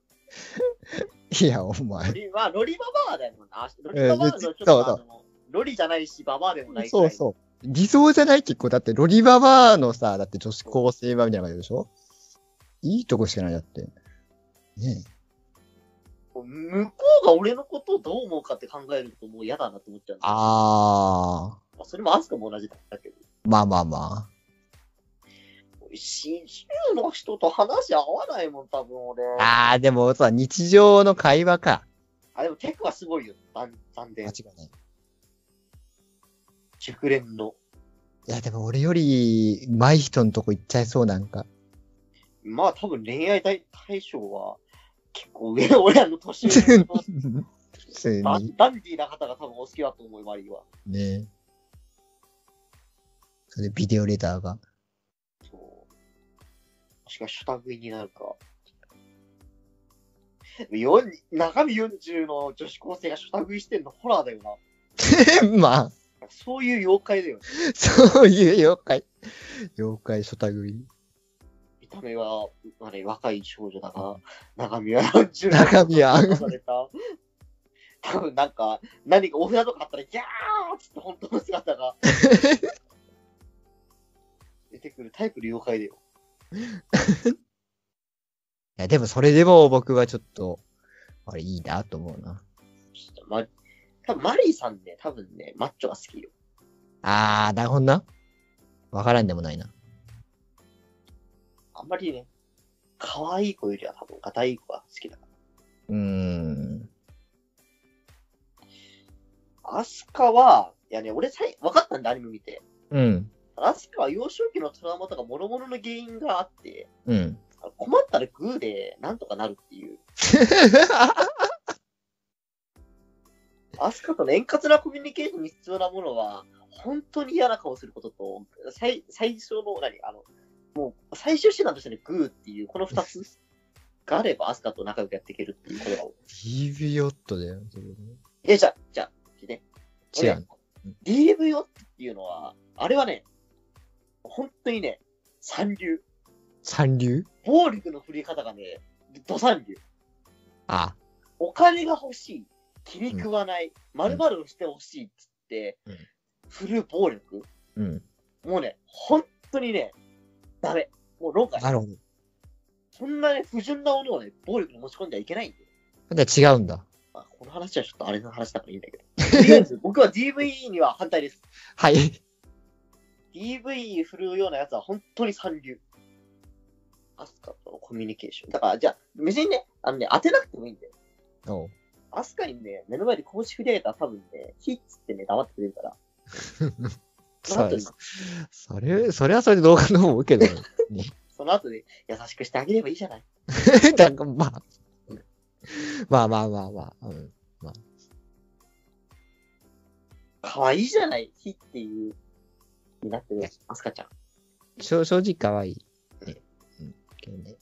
B: いや、お前。
A: まあ、ロリババアだよな。あロリババアのちょっ
B: そう
A: と
B: そう
A: あの、ロリじゃないし、ババアでもない
B: そうそう。理想じゃない結構、だってロリババアのさ、だって女子高生版みたいな感じでしょいいとこしかないだって。ね
A: う。向こうが俺のことをどう思うかって考えるともう嫌だなと思っちゃうんだ。
B: あ
A: まあそれもアスカも同じだけど。
B: ー。まあまあま
A: 四十の人と話合わないもん、多分俺。
B: あ。あー、でもさ、日常の会話か。
A: あ、でもテクはすごいよ。残残
B: 間
A: 念
B: 違。いない。
A: 熟練の。
B: いや、でも俺より、うまい人のとこ行っちゃいそうなんか。
A: まあ多分恋愛対対象は結構上、俺らの年上の
B: 普通
A: ダ
B: に。
A: ダンディーな方が多分お好きだと思う、マリーは。
B: ねそれ、ビデオレターが。
A: そう。もしかしたら下食いになるか。よん中身40の女子高生が下食いしてんのホラーだよな。
B: まあ、
A: そういう妖怪だよね。
B: そういう妖怪。妖怪、初タグい。
A: 見た目は、あれ、若い少女だが、中身は40
B: 中身は
A: 出された。多分なんか、何かお札とかあったら、ギャーっつって本当の姿が出てくるタイプの妖怪だよ。
B: いや、でもそれでも僕はちょっと、あれいいなと思うな。
A: ちょっとま、多分マリーさんね、多分ね、マッチョが好きよ。
B: あー、なるほどな。わからんでもないな。
A: あんまりね、可愛い子よりは多分、硬い子が好きだか
B: うーん。
A: ら。アスカは、いやね、俺さい、分かったんだ、アニメ見て。
B: うん。
A: アスカは幼少期のトラウマとか諸々の原因があって、
B: うん。
A: 困ったらグーでなんとかなるっていう。アスカとの円滑なコミュニケーションに必要なものは、本当に嫌な顔することと、最最初の、何、あの、もう最終手段としてのグーっていう、この二つがあれば、アスカと仲良くやっていけるっていうことが。
B: DV ヨットだよ。
A: いや、じゃあ、じゃあ、聞いて。
B: 違う。
A: DV よっていうのは、あれはね、本当にね、三流。
B: 三流
A: 暴力の振り方がね、ど三流。
B: あ
A: お金が欲しい、気に食わない、まるまるをしてほしいっつって、
B: うん
A: 振る暴力。
B: うん。
A: もうね、本当にね、ダメ。もう論外。
B: なるほど。
A: そんなね、不純なものをね、暴力に持ち込んじゃいけないんだよ。
B: まだ違うん だ。
A: まあ、この話はちょっとあれの話だからいいん だけど。とりあえず、僕は DV には反対です。
B: はい。
A: DV 振るようなやつは本当に三流。アスカとのコミュニケーション。だから、じゃあ、別にね、あのね、当てなくてもいいんだよ。
B: おう
A: アスカにね、目の前で公式振り上げたら多分ね、ヒッつってね、黙ってくれるから。その
B: そう
A: 後
B: で
A: に
B: す。それ、それはそれで動画の方もいいけ どね。
A: その後で優しくしてあげればいいじゃない。
B: なんかまあ、まあまあまあまあ。うん、
A: 可愛いじゃない火っていう、になってるやつ。アスカちゃん。
B: 正正直可愛い。ね。うん。けどね。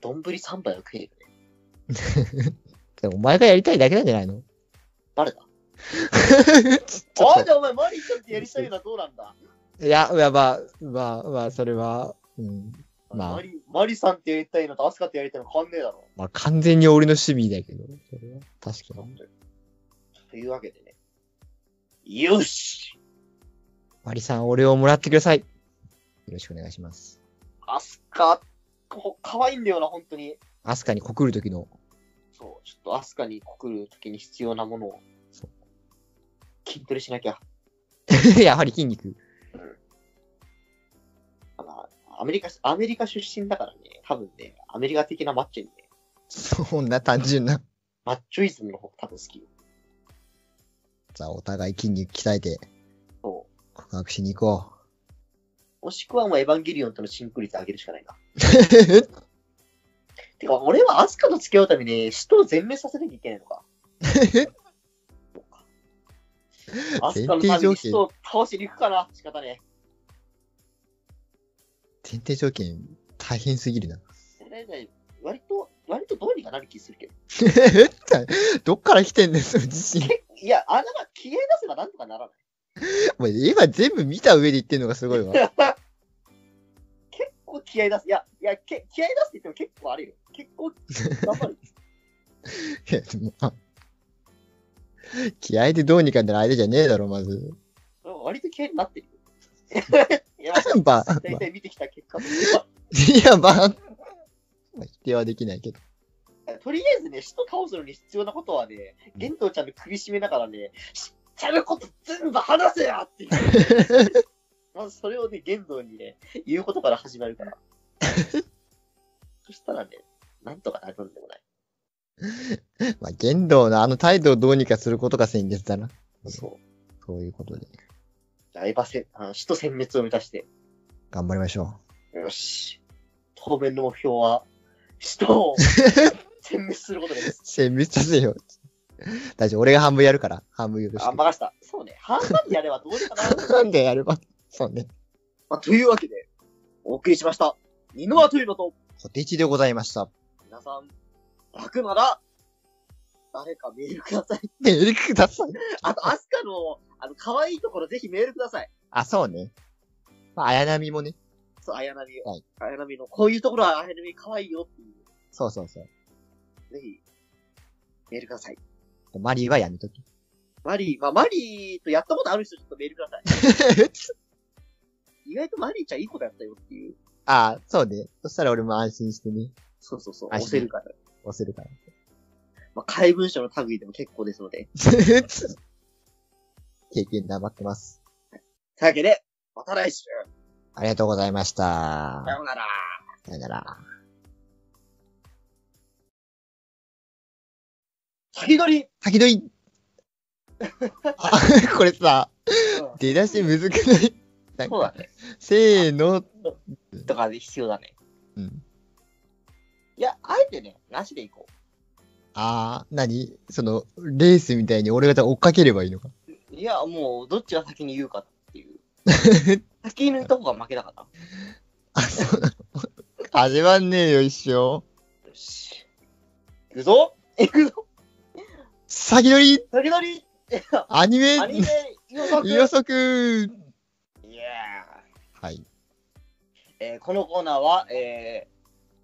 A: 丼3杯は食えるよね。
B: でもお前がやりたいだけなんじゃないの
A: バ レた。
B: ちょ
A: あ
B: っ
A: あ、じゃあお前、マリンちゃんってやりたいのはどうなんだ
B: といや、いやまあ、まあ、まあ、それは、うん。まあ
A: マリ、マリさんってやりたいのとアスカってやりたいの変わんねえだろ。
B: まあ、完全に俺の趣味だけど、それは確かに。
A: というわけでね。よし
B: マリさん、俺をもらってください。よろしくお願いします。
A: アスカ、こ可愛いんだよな、本当に。
B: アスカに告る時の、
A: そう、ちょっとアスカに告るときに必要なものを
B: そ。
A: 筋トレしなきゃ。
B: やはり筋肉。
A: あのアメリカ、アメリカ出身だからね、多分ね、アメリカ的なマッチョにね、
B: そんな単純な。
A: マッチョイズムの方が多分好き。
B: じゃあ、お互い筋肉鍛えて
A: そ
B: 告白しに行こ
A: う。もしくはもうエヴァンゲリオンとのシンク率上げるしかないな。
B: う。
A: てか、俺はアスカと付き合うために、使徒を全滅させなきゃいけないのか。アスカのために使徒を倒しに行くかな、仕方ね
B: 前提条件、大変すぎるな。
A: え。ねえねえ割と、割とどうにかなる気するけど。
B: どっから来てんねん、その自信。
A: けいや、穴が消え出せばなんとかならない。
B: お前今全部見た上で言ってんのがすごいわ。
A: 結構気合い出す。いや、いや、け気合い出すって言っても結構あるよ。結構、頑張る。
B: いやでもあ気合でどうにかなる相手じゃねえだろ、まず。
A: 割と気合いになってるよ。いや、
B: ば、まあ、
A: 大体見てきた結果と
B: いや、まあ、まあ否定はできないけど。
A: とりあえずね、人倒すのに必要なことはね、玄道ちゃんの首絞めながらね、知っちゃること全部話せやっていう。 まずそれをね、玄道にね、言うことから始まる から。そしたらね、なんとかなるんでもない。
B: まあ、言動のあの態度をどうにかすることが先決だな。
A: そう。
B: そういうことで。
A: ライバ戦、あの、使徒殲滅を目指して、
B: 頑張りましょ
A: よし。当面の目標は、使徒を殲滅することです
B: う。。せ、めっちゃせよ。大丈夫、俺が半分やるから、半分よろし
A: あ、
B: く。
A: 任した。そうね、半々にやればどうにかなる。
B: なんでやれば、そうね。
A: まあ、というわけで、お送りしました。二の輪というのと、
B: 小手一でございました。
A: 皆さん、楽なら、誰かメールくださ い。
B: メールください。
A: あと、アスカの、あの、可愛いところぜひメールください。
B: あ、そうね。まあ、綾波もね。
A: そう、綾波。
B: はい
A: 綾波の、こういうところは綾波可愛いよっていう、
B: そうそうそう。
A: ぜひ、メールください。
B: マリーはやめとき。
A: マリー、まあ、マリーとやったことある人ちょっとメールください。 意外とマリーちゃんいいことやったよっていう。
B: ああ、そうね。そしたら俺も安心してね、
A: そうそうそう、
B: あ
A: 押せるから。
B: 押せるから。
A: まあ、怪文書の類でも結構ですので。
B: 経験頑張ってます。
A: というわけで、また来週
B: ありがとうございまし
A: さ。
B: た
A: ようなら
B: さよなら。
A: 先取り
B: 先取り あこれさ、出だしむずくないなん
A: そうだ
B: か、
A: ね。
B: せーの、
A: とかで必要だね。
B: うん。
A: いや、あえてね、なしでいこ
B: あー、なにその、レースみたいに俺が追っかければいいのか。
A: う。いや、もう、どっちが先に言うかっていう。先に抜いた方が負けだから。
B: あ、そうなの。始まんねえよ、一生。
A: よし。行くぞ行くぞ
B: 先取り
A: 先取り
B: アニメ
A: ア ニメ予測
B: 予測
A: いや
B: はい。
A: ー、えーこのコーナーは、え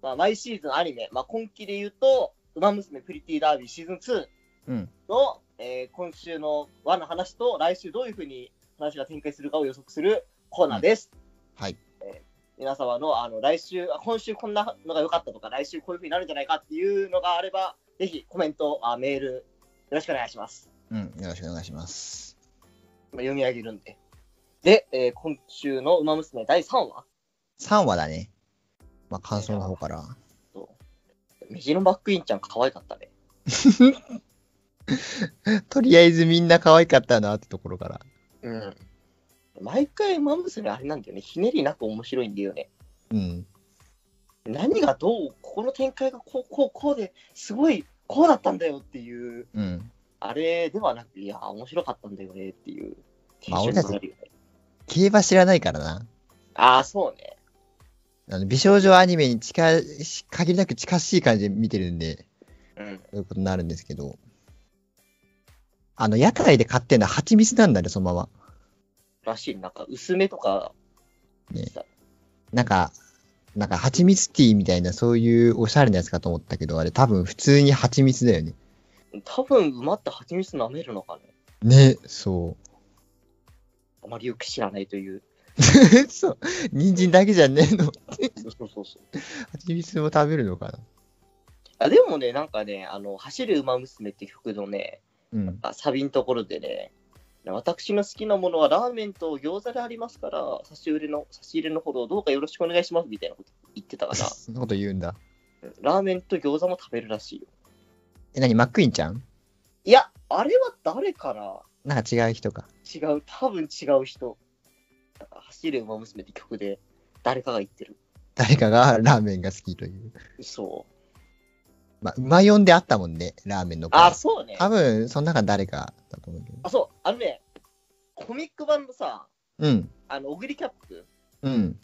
A: ーまあ、毎シーズンアニメ、まあ、今期で言うと、ウマ娘プリティダービーシーズン2。
B: うん。
A: の、えー今週の輪の話と来週どういうふうに話が展開するかを予測するコーナーです。
B: はい。
A: えー皆様のあの来週、あ今週こんなのが良かったとか、来週こういうふうになるんじゃないかっていうのがあれば、ぜひコメント、あメール、よろしくお願いします。
B: うん、よろしくお願いします。
A: 今読み上げるんで。で、えー今週のウマ娘第3話
B: 3話だね。まあ、感想の方から。
A: と、メジロバックインちゃん可愛かったね。
B: とりあえずみんな可愛かったなってところから。
A: うん。毎回ウマ娘あれなんだよね。ひねりなく面白いんだよね。
B: うん。
A: 何がどう、ここの展開がこう、こう、こうですごいこうだったんだよっていう、
B: うん。
A: あれではなく、いや、面白かったんだよねっていう。
B: まあ俺たち
A: テンションになるよね
B: 競馬知らないからな。
A: ああ、そうね。
B: あの、美少女アニメに近い、限りなく近しい感じで見てるんで、
A: うん。
B: そういうことになるんですけど。あの、屋台で買ってんのは蜂蜜なんだね、そのまま。
A: らしい。なんか、薄めとか、
B: ねなんか、なんか蜂蜜ティーみたいな、そういうおしゃれなやつかと思ったけど、あれ多分普通に蜂蜜だよね。
A: 多分馬って蜂蜜舐めるのかね。
B: ね、そう。
A: あまりよく知らないという。
B: そう。 人参だけじゃねえの。
A: そうそうそう。
B: 蜂蜜も食べるのかな。
A: あでもね、なんかね、あの、走る馬娘って曲のね、
B: うん。
A: あサビのところでね、私の好きなものはラーメンと餃子でありますから、差し入れの、差し入れのほどどうかよろしくお願いしますみたいなこと言ってたか
B: そんなこと言うんだ。
A: ら、うんラーメンと餃子も食べるらしいよ。
B: え、なに、マックインちゃん
A: いや、あれは誰かな
B: なんか違う人か。
A: 違う、多分違う人。なんか走る馬娘って曲で誰かが言ってる。
B: 誰かがラーメンが好きという。
A: そう。
B: まあ、馬呼んであったもんね、ラーメンの子。
A: あ、そうね。
B: 多分、その中誰かだと思うけど。
A: あ、そう。あのね、コミック版のさ、
B: うん。
A: あの、小栗キャップ
B: うん。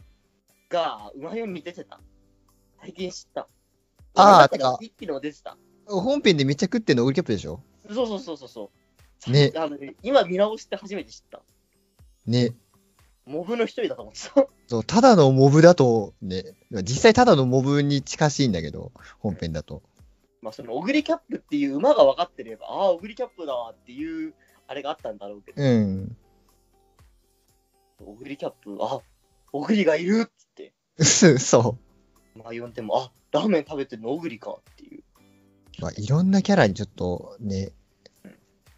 A: が、馬読みに出てた。最近知った。
B: あー
A: てか
B: てか。
A: 一気のも出てた。
B: 本編でめっちゃ食ってんのオールキャップでしょ
A: そうそうそうそうそう。
B: ね
A: あのね今見直して初めて知った。
B: ね。
A: モブの一人だと思ってた。
B: そう、ただのモブだと、ね。実際ただのモブに近しいんだけど、本編だと。
A: まあ、その、小栗キャップっていう馬が分かってれば、ああ、小栗キャップだわっていう、あれがあったんだろうけど、
B: うん。
A: 小栗キャップ、あ、小栗がいるっつって、
B: そ
A: まあ呼んでも、あ、ラーメン食べてるの小栗かっていう。
B: う。まあ、いろんなキャラにちょっと、ね、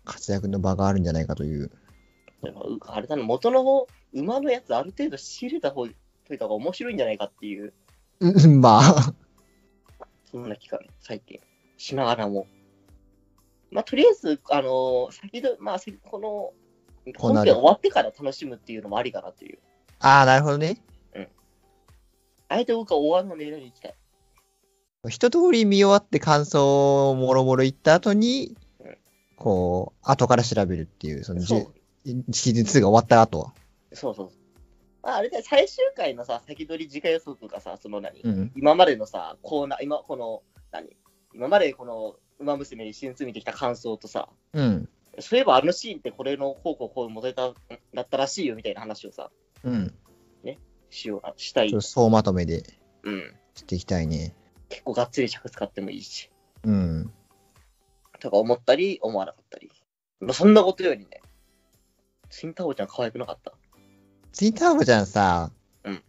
B: 活躍の場があるんじゃないかという。
A: でもうあれだな、元の方、馬のやつある程度仕入れた方、といた方が面白いんじゃないかっていう、
B: うん、まあ、
A: そんな気が最近、しながらも。まあ、とりあえず、あのー先ど、まあ、せこの、
B: こ
A: 本
B: んな
A: 編
B: で
A: 終わってから楽しむっていうのもありかなっていう。
B: ああ、なるほどね。
A: あえて僕は終わるの狙いに行きたい。
B: 一通り見終わって感想をもろもろ言った後に
A: うん、
B: こう、後から調べるっていう、そのじ
A: そう
B: ゅ、シーズン2が終わった後は。
A: そうそう。まあ、あれだよ、最終回のさ、先取り次回予測がさ、その何、
B: うん。
A: 今までのさ、コーナー、今、この、何今までこの、馬娘に進みてきた感想とさ、
B: うん。
A: そういえばあのシーンってこれのこうこうこう戻れたんだったらしいよみたいな話をさ、
B: うん。
A: しようあしたい
B: ちょっと。総まとめで
A: うん。
B: していきたいね。
A: 結構がっつり尺使ってもいいし。
B: うん。
A: とか思ったり、思わなかったり。まあ、そんなことよりね、ツインタオちゃん可愛くなかった。
B: ツインターボちゃんさ、
A: うん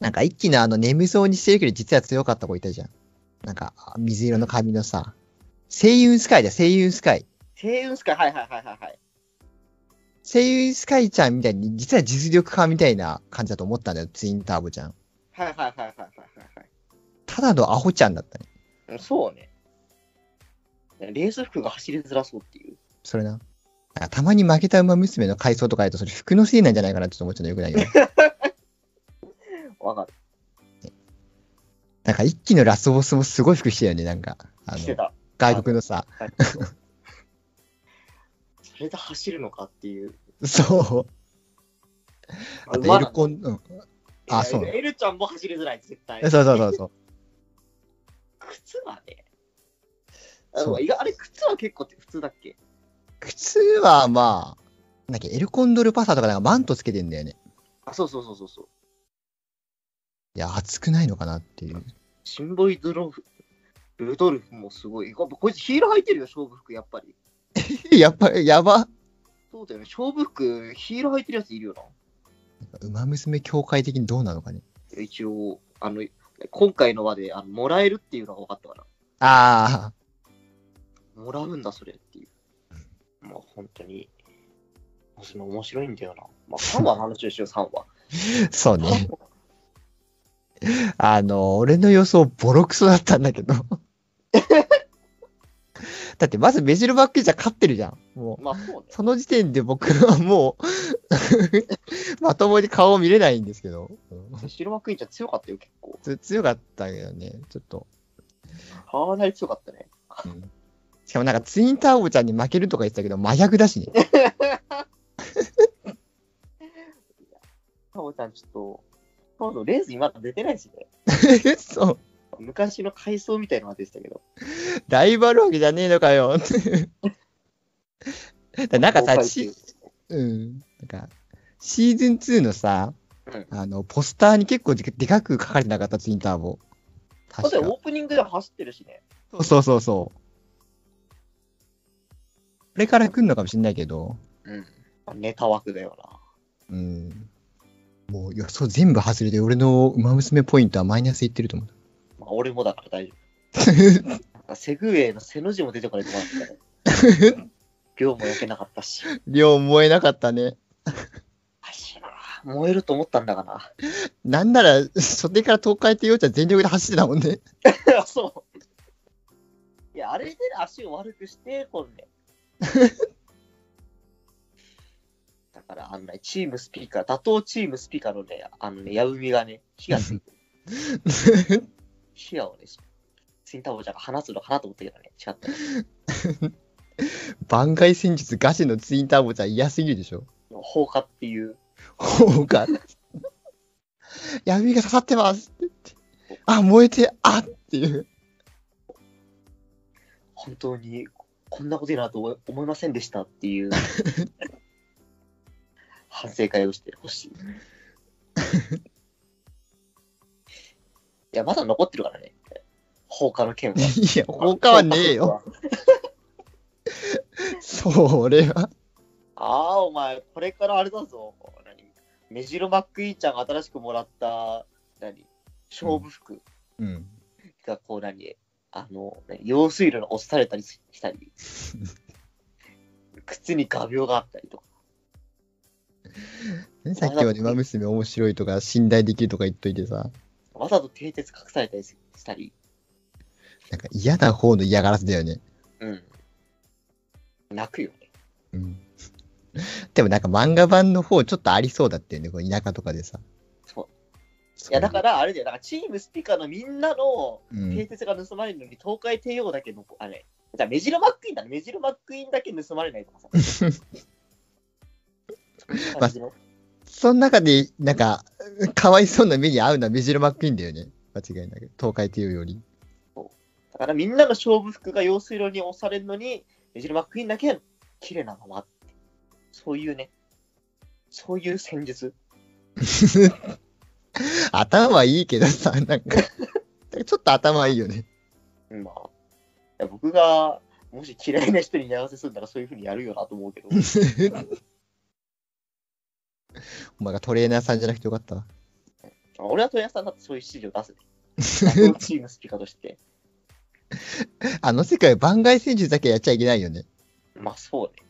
B: なんか一気のあの眠そうにしてるけど実は強かった子いたじゃん。なんか、あ水色の髪のさ、星雲スカイだ、星雲スカイ。
A: 星雲スカイ、はいはいはいはいはい。
B: 星雲スカイちゃんみたいに、実は実力派みたいな感じだと思ったんだよ、ツインターボちゃん。
A: はいはいはいはいはいはい
B: ただのアホちゃんだったね。
A: はい。そうね。レース服が走りづらそうっていう。
B: それな。なんかたまに負けた馬娘の回想とかやると、それ服のせいなんじゃないかなってちょっと思っちゃうのよくないよ ね。
A: わかる。
B: なんか一期のラスボスもすごい服してたよね、なんか。あ
A: して
B: の、
A: た。
B: 外国のさ、
A: はいそれで走るのかっていう。
B: そう。あとエルコン、うん。あそう
A: エルちゃんも走りづらい、絶対。
B: そうそうそうそう。
A: 靴はね。
B: そう
A: あいやあれ、靴は結構普通だっけ
B: 靴はまあ、なんだっけ、エルコンドルパサーとかなんかマントつけてんだよね。
A: あ、そうそうそうそうそう。
B: いや、暑くないのかなっていう。
A: シンボイドロフ、ルドルフもすごい。やっぱこいつヒール履いてるよ、勝負服、やっぱり。
B: やっぱり、やば。
A: そうだよね、勝負服、ヒール履いてるやついるよな。
B: 馬娘協会的にどうなのかね。
A: 一応、あの、今回の輪で、あのもらえるっていうのが分かったから。
B: ああ、
A: もらうんだ、それっていう。まあ、本当に。その面白いんだよな。まあ、3話の話をしよう、3話。
B: そうね。あの、俺の予想ボロクソだったんだけど。だってまずメジルバックじゃ勝ってるじゃん。もう、
A: まあ、そうね。
B: その時点で僕はもう、 まともに顔を見れないんですけど。うん
A: 白幕インちゃん強かったよ、結構。
B: つ強かったけどね、ちょっと。
A: かなり強かったね。
B: うんしかもなんかツインターボちゃんに負けるとか言ってたけど、真逆だしね。
A: タオちゃんちょっと、タオのレース今出てないしね。
B: そう。
A: 昔の回想みたいなのが出てたけど。
B: ライバルわけじゃねえのかよ。だなんかさ、しうん。なんか、シーズン2のさ、
A: うん
B: あの、ポスターに結構ででかく書かれてなかった、ツインター
A: だっ
B: ボ。確
A: て
B: か
A: オープニングで走ってるしね。
B: そうそうそうそう。これから来るのかもしれないけど、
A: うん。ネタ枠だよな。
B: うん。もう予想全部外れて、俺の馬娘ポイントはマイナスいってると思う。
A: まあ、俺もだから大丈 夫。セグウェイの背の字も出てこないと思うんだけど。量も焼けなかったし。
B: 量燃えなかったね。
A: 走るな燃えると思ったんだがな
B: なんなら、袖から東海帝王ちゃん全力で走ってたもんね。。
A: そう。いや、あれで足を悪くして、こんで。だから、あのね、チームスピーカー、打倒チームスピーカーのね、あのね、矢海がね、火がついてる、火矢をね、ツインターボちゃんが放つのかなと思ったけどね、違った。
B: 番外戦術ガチのツインターボちゃん嫌すぎるでしょ。
A: 放火っていう、
B: ほうか。闇が刺さってますって言って。あ、燃えて、あっていう。
A: 本当にこんなことになると思い思いませんでしたっていう 反省会をしてほしい。いや、まだ残ってるからね。放火の 件は。
B: いや、他はね えよ。。それは。
A: ああ、お前、これからあれだぞ。何メジロマックイーちゃんが新しくもらった、何勝負服
B: うん。
A: がこう何、あの、何用水路に落とされたりした り、靴に画鋲があったりとか。
B: ねさっきまで馬娘面白いとか、信頼できるとか言っといてさ、
A: わざと蹄鉄隠されたりしたり、
B: なんか嫌な方の嫌がらせだよね。
A: うん。泣くよね。
B: うん。でもなんか漫画版の方ちょっとありそうだったよね、こう田舎とかでさ。
A: そう
B: そ
A: いや、だからあれだよ、だからチームスピーカーのみんなの
B: ら、うん
A: 蹄鉄が盗まれるのに、東海帝王だけ残、あれ、じゃあメジロマックイーンだね、メジロマックイーンだけ盗まれないとかさ。感じの
B: その中で、なんか、かわいそうな目に遭うのはメジロマックイーンだよね。間違いなく。東海帝王より。
A: だからみんなの勝負服が用水路に押されるのに、メジロマックイーンだけ綺麗なままって。そういうね、そういう戦術。
B: 頭はいいけどさ、なんか、なんかちょっと頭いいよね。
A: うんまあ、いや僕がもし嫌いな人に合わせするならそういうふうにやるよなと思うけど。
B: お前がトレーナーさんじゃなくてよかったわ。
A: 俺は問屋さんだってそういう指示を出す ね。打倒チームスピーカーとして。
B: あの世界番外戦術だけやっちゃいけないよね。
A: まあそうね。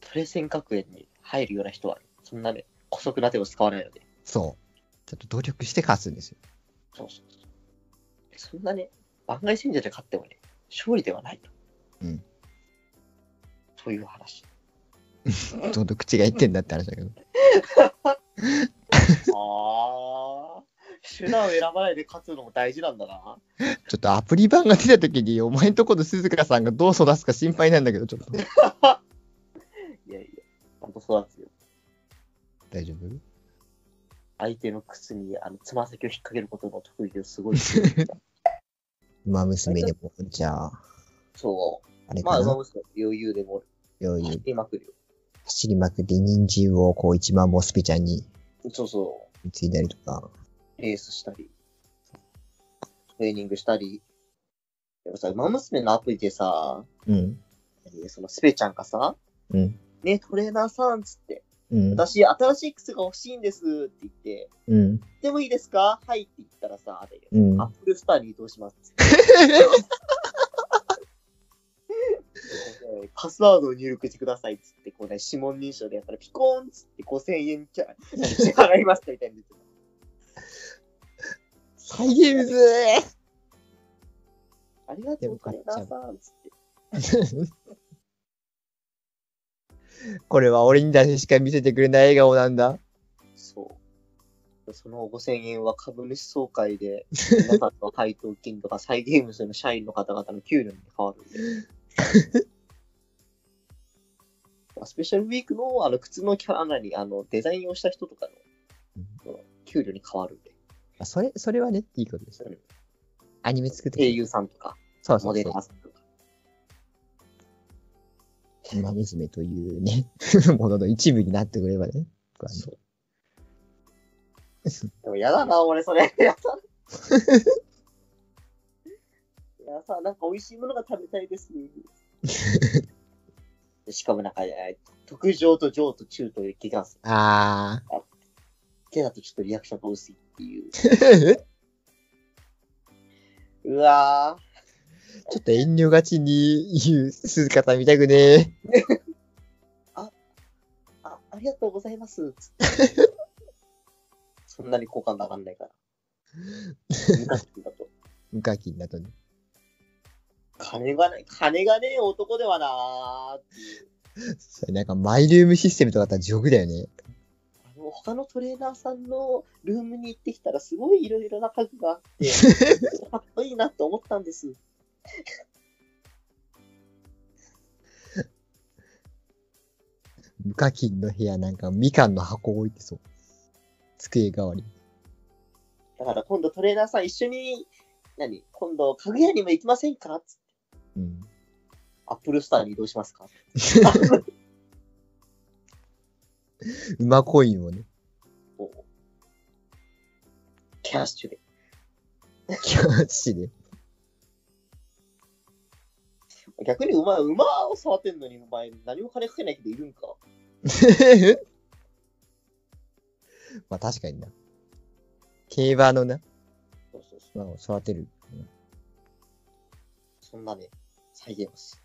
A: トレセン学園に入るような人は、そんなね、古速な手を使わないので。
B: そう。ちょっと努力して勝つんですよ。
A: そうそうそう。そんなね、番外戦者で勝ってもね、勝利ではないと。
B: うん。
A: そういう話。
B: どんどん口が言ってんだって話だけど。
A: ああ、手段を選ばないで勝つのも大事なんだな。
B: ちょっとアプリ版が出た時に、お前んとこの鈴鹿さんがどう育つか心配なんだけど、ちょっと。
A: いやいや、ほんとそうなんですよ。
B: 大丈夫
A: 相手の靴にあのつま先を引っ掛けることの得意です ごい。
B: 馬娘でも、じゃあ、
A: そ
B: あれ
A: う。まあ、
B: か
A: 馬
B: な。
A: 娘余裕でも
B: よ
A: 走
B: い
A: りまくるよ。
B: 走りまくって人参をこう一万ボスピちゃんに
A: そうそ
B: ついたりとか。
A: う。レースしたり、トレーニングしたり。でもさ、馬娘のアプリでさ、
B: うん。
A: そのスペちゃんがさ、
B: うん。
A: ね、トレーナーさんっつって、
B: うん。
A: 私、新しい靴が欲しいんですって言って、
B: うん。
A: でもいいですかはいって言ったらさ、あれ、
B: うん
A: アッ。プルスターに移動します っつって。でパスワードを入力してくださいっつって、こうね、指紋認証でやったらピコーンっつって5000円キャ支払いましたみたいな。
B: 再現むず
A: ありがとう、トレーナーさんっつって。
B: ーこれは俺にだけしか見せてくれない笑顔なんだ。
A: そう。その5000円は株主総会で、皆さんの配当金とか、サイゲームズの社員の方々の給料に変わるんで。 スペシャルウィークのあの靴のキャラなり、あのデザインをした人とかの、給料に変わるんで。
B: あそれ、それはね、いいことですよ
A: うん。
B: アニメ作ってく
A: 声
B: れ
A: 優さんとか、
B: そうそ
A: モ
B: う
A: デ
B: そ
A: ラ
B: う
A: ー。さんとか。
B: ウマ娘というね、 ものの一部になってくればね。僕はね
A: そうでも嫌だな、俺それ。 嫌だな。いやさ、なんか美味しいものが食べたいです、しかもなんか、えー特上と上と中という気がする。
B: あ
A: 手だとちょっとリアクションが薄いっていう。
B: ー。
A: うわぁ。
B: ちょっと遠慮がちに言う姿見たくね
A: あ、ありがとうございます。つってそんなに好感度上がんないから。昔だと。
B: え。無課金だとね。
A: 金がない、金がねえ男ではなぁ。
B: それなんかマイルームシステムとかだったら地獄だよね。
A: あの他のトレーナーさんのルームに行ってきたらすごいいろいろな家具があって、かっこいいなと思ったんです。
B: 無課金の部屋なんかみかんの箱置いてそう。机代わりに。
A: だから今度トレーナーさん一緒に、何今度家具屋にも行きませんかつって
B: うん。
A: アップルスターに移動しますか
B: 馬コインをね、
A: おキャッシュで。
B: キャッシュで。
A: 逆に馬、馬を触ってんのに、お前何も金かけないけどいるんか。
B: まあ確かにな。競馬のな、
A: そうそうそう。
B: 馬を育てる。
A: そんなね、再現ます。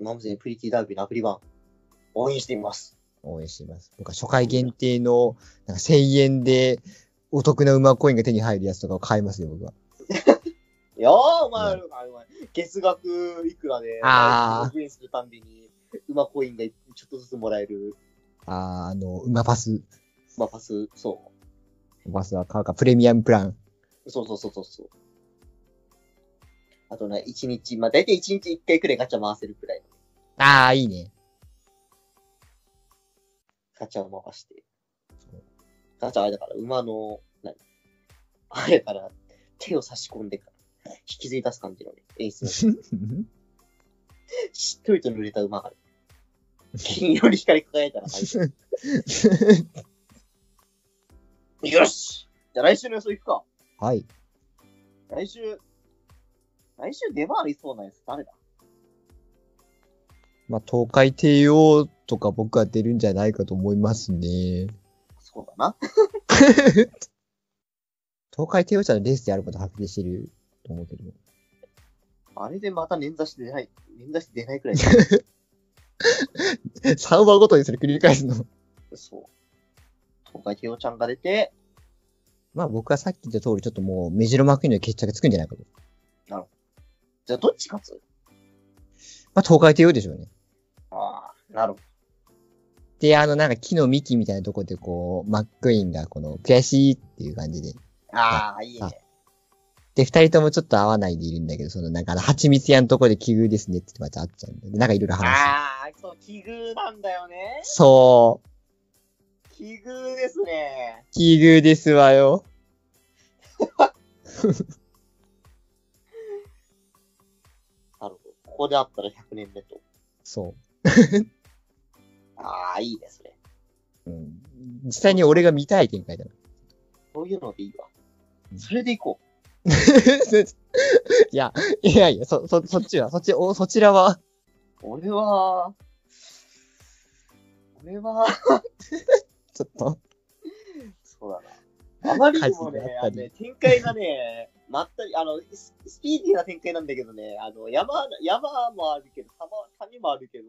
A: マムゼプリティダービーのアプリ版、応援しています。
B: 応援しています。僕は初回限定の、なんか1000円でお得な馬コインが手に入るやつとかを買いますよ、僕は。
A: いやー、お前、
B: う
A: あお前月額いくらで、
B: あー
A: ログインするたんびに、馬コインがちょっとずつもらえる、
B: あーあの、馬パス。
A: 馬パス、そ
B: 馬パスは買うか、プレミアムプラン。
A: う。そうそうそうそうそう。あとね、一日、まあ、大体一日一回くらいガチャ回せるくらいの
B: ああ、いいね。
A: ガチャを回して
B: そう。
A: ガチャあれだから、馬の、何あれだから、手を差し込んでから、引きずり出す感じのね、演出の。しっとりと濡れた馬が、金色に光り輝いたら大丈夫、よしじゃあ来週の予想いくか。
B: はい。
A: 来週、来週出回りそうなやつ誰だ
B: まあ、東海帝王とか僕は出るんじゃないかと思いますね。
A: そうだな。
B: 東海帝王者のレースでやることはっきりしてると思うけど。
A: あれでまた捻挫して出ない、捻挫して出ないくらい。
B: 3話ごとにそれ繰り返すの。
A: そう。東海帝王ちゃんが出て、
B: まあ僕はさっき言った通り、ちょっともう目白幕には決着つくんじゃないかと。
A: じゃあどっち勝つ
B: まあ東海帝王でしょうね。
A: ああ、なるほ
B: で、あの、なんか木の幹みたいなとこでこう、マックイーンがこの悔しいっていう感じで。
A: ど。ああ、いいね
B: あ。で、二人ともちょっと合わないでいるんだけど、そのなんかあの蜂蜜屋のとこで奇遇ですねって言ってまた会っちゃうんだよで。なんかいろいろ話す。
A: ああ、そう、奇遇なんだよね。
B: そう。
A: 奇遇ですね。
B: 奇遇ですわよ。
A: なるほど。ここであったら100年目と。
B: そ
A: ああ、いいですね。
B: う。うん。実際に俺が見たい展開だな。
A: そういうのでいいわ
B: う。ん
A: それでいこ
B: いや、いやいや、そ、そ、そっちは、そっち、お、そちらは、
A: う。俺は、俺は、
B: ちょっと、
A: そうだな。あまりにも
B: 火事
A: ね
B: が、あ
A: あ
B: った
A: の
B: り
A: ね展開がね、まったり、あの、ススピーディーな展開なんだけどね、あの、山、山もあるけど、山、谷もあるけど、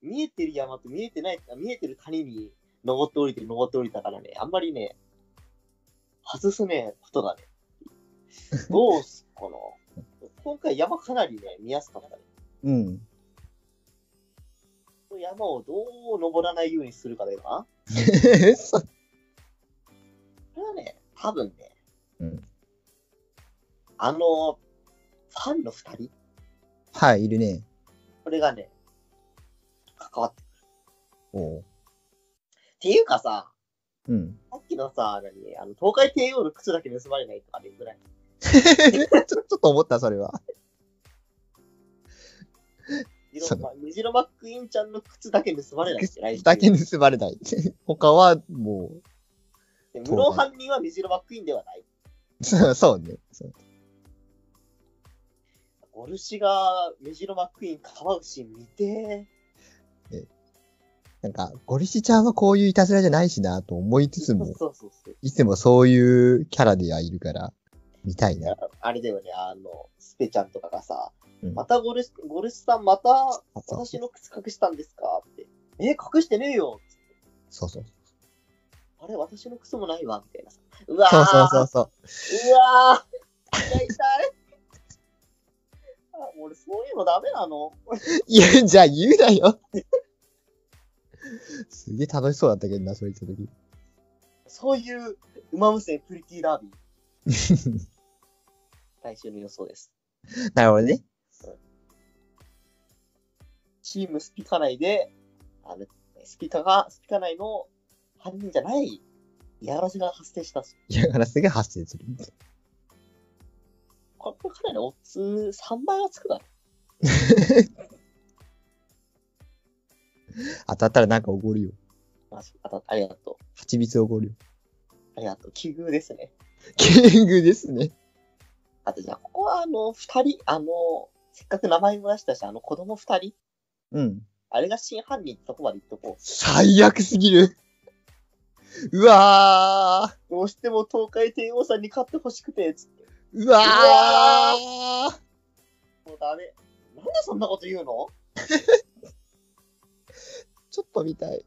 A: 見えてる山と見えてない、あ見えてる谷に登って降りて登って降りたからね、あんまりね、外すね、ことがね、どうすっかな。今回山かなりね、見やすかったね。
B: うん。
A: 山をどう登らないようにするかだよな。
B: そ
A: れはね、多分ね、
B: うん
A: あの、ファンの二人、
B: はい、いるね。
A: これがね、関わって、
B: おう。
A: っていうかさ、
B: うん。
A: さっきのさ、何、あの、東海帝王の靴だけ盗まれないとかね、ぐらい。
B: ちょちょっと思った、それは。
A: ジロ
B: そう
A: まあ虹のマックインちゃんの靴だけ盗まれないってない
B: だけ盗まれない。 他は、も
A: で無論犯人は虹のマックインではない。
B: う、そう そうね。そう
A: ゴルシが虹のマックインかばうシーン見て
B: なんか、ゴリシちゃんはこういういたずらじゃないしな、と思いつつも、
A: そうそうそう。
B: いつもそういうキャラではいるから、見たいな。
A: あれだよね、あの、スペちゃんとかがさ、
B: うん
A: またゴルシ、ゴルシさんまた
B: そうそう
A: 私の靴隠したんですかって。え、隠してねえよつって
B: そうそう。
A: あれ、私の靴もないわみたいなさ。うわー
B: そうそうそうそう。
A: うわー痛い痛いあ俺、そういうのダメなの
B: いや、じゃあ言うなよ。 すげえ楽しそうだったけどな、それ言った
A: そういう、馬娘プリティダービー、
B: 時。
A: 来週の予想です。
B: なるほどね。
A: チームスピカ内で、あの、スピカが、スピカ内の犯人じゃない、やらせが発生したし、
B: いや、だからすげえ発生する。
A: これかなりオッズ3倍はつくだろ。
B: 当たったらなんかおごるよ。
A: マジあたありがと
B: 蜂蜜おごるよ。
A: う。ありがとう。奇遇ですね。
B: キングですね。
A: あとじゃあ、ここはあの、二人、あの、せっかく名前も出したし、あの、子供二人、
B: うん。
A: あれが真犯人ってとこまで言っとこ
B: 最悪すぎる。うわ
A: う。どうしても東海帝王さんに勝ってほしくて、つって。
B: ー。うわー。
A: もうダメ。なんでそんなこと言うの
B: ちょっと見 たい。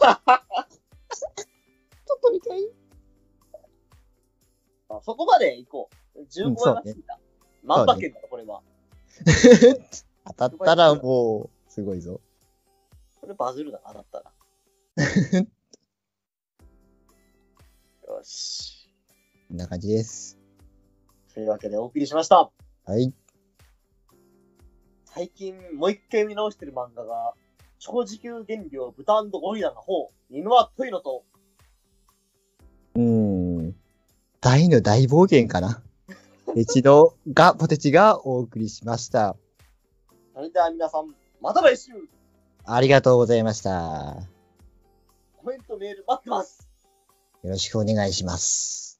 A: あ
B: ちょっと見たい。
A: そこまで行こう。15倍はついた。万馬券だ、これは。
B: 当たったらもう、すごいぞ。
A: これバズるだな、だったら。よし。
B: こんな感じです。
A: というわけでお送りしました。
B: はい。
A: 最近もう一回見直してる漫画が、超時給原料豚ゴリラの方、犬はトイのと、
B: うーん。大の大冒険かな。一度が、ポテチがお送りしました。
A: それでは皆さん、また来週
B: ありがとうございました。
A: コメントメール待ってます
B: よろしくお願いします。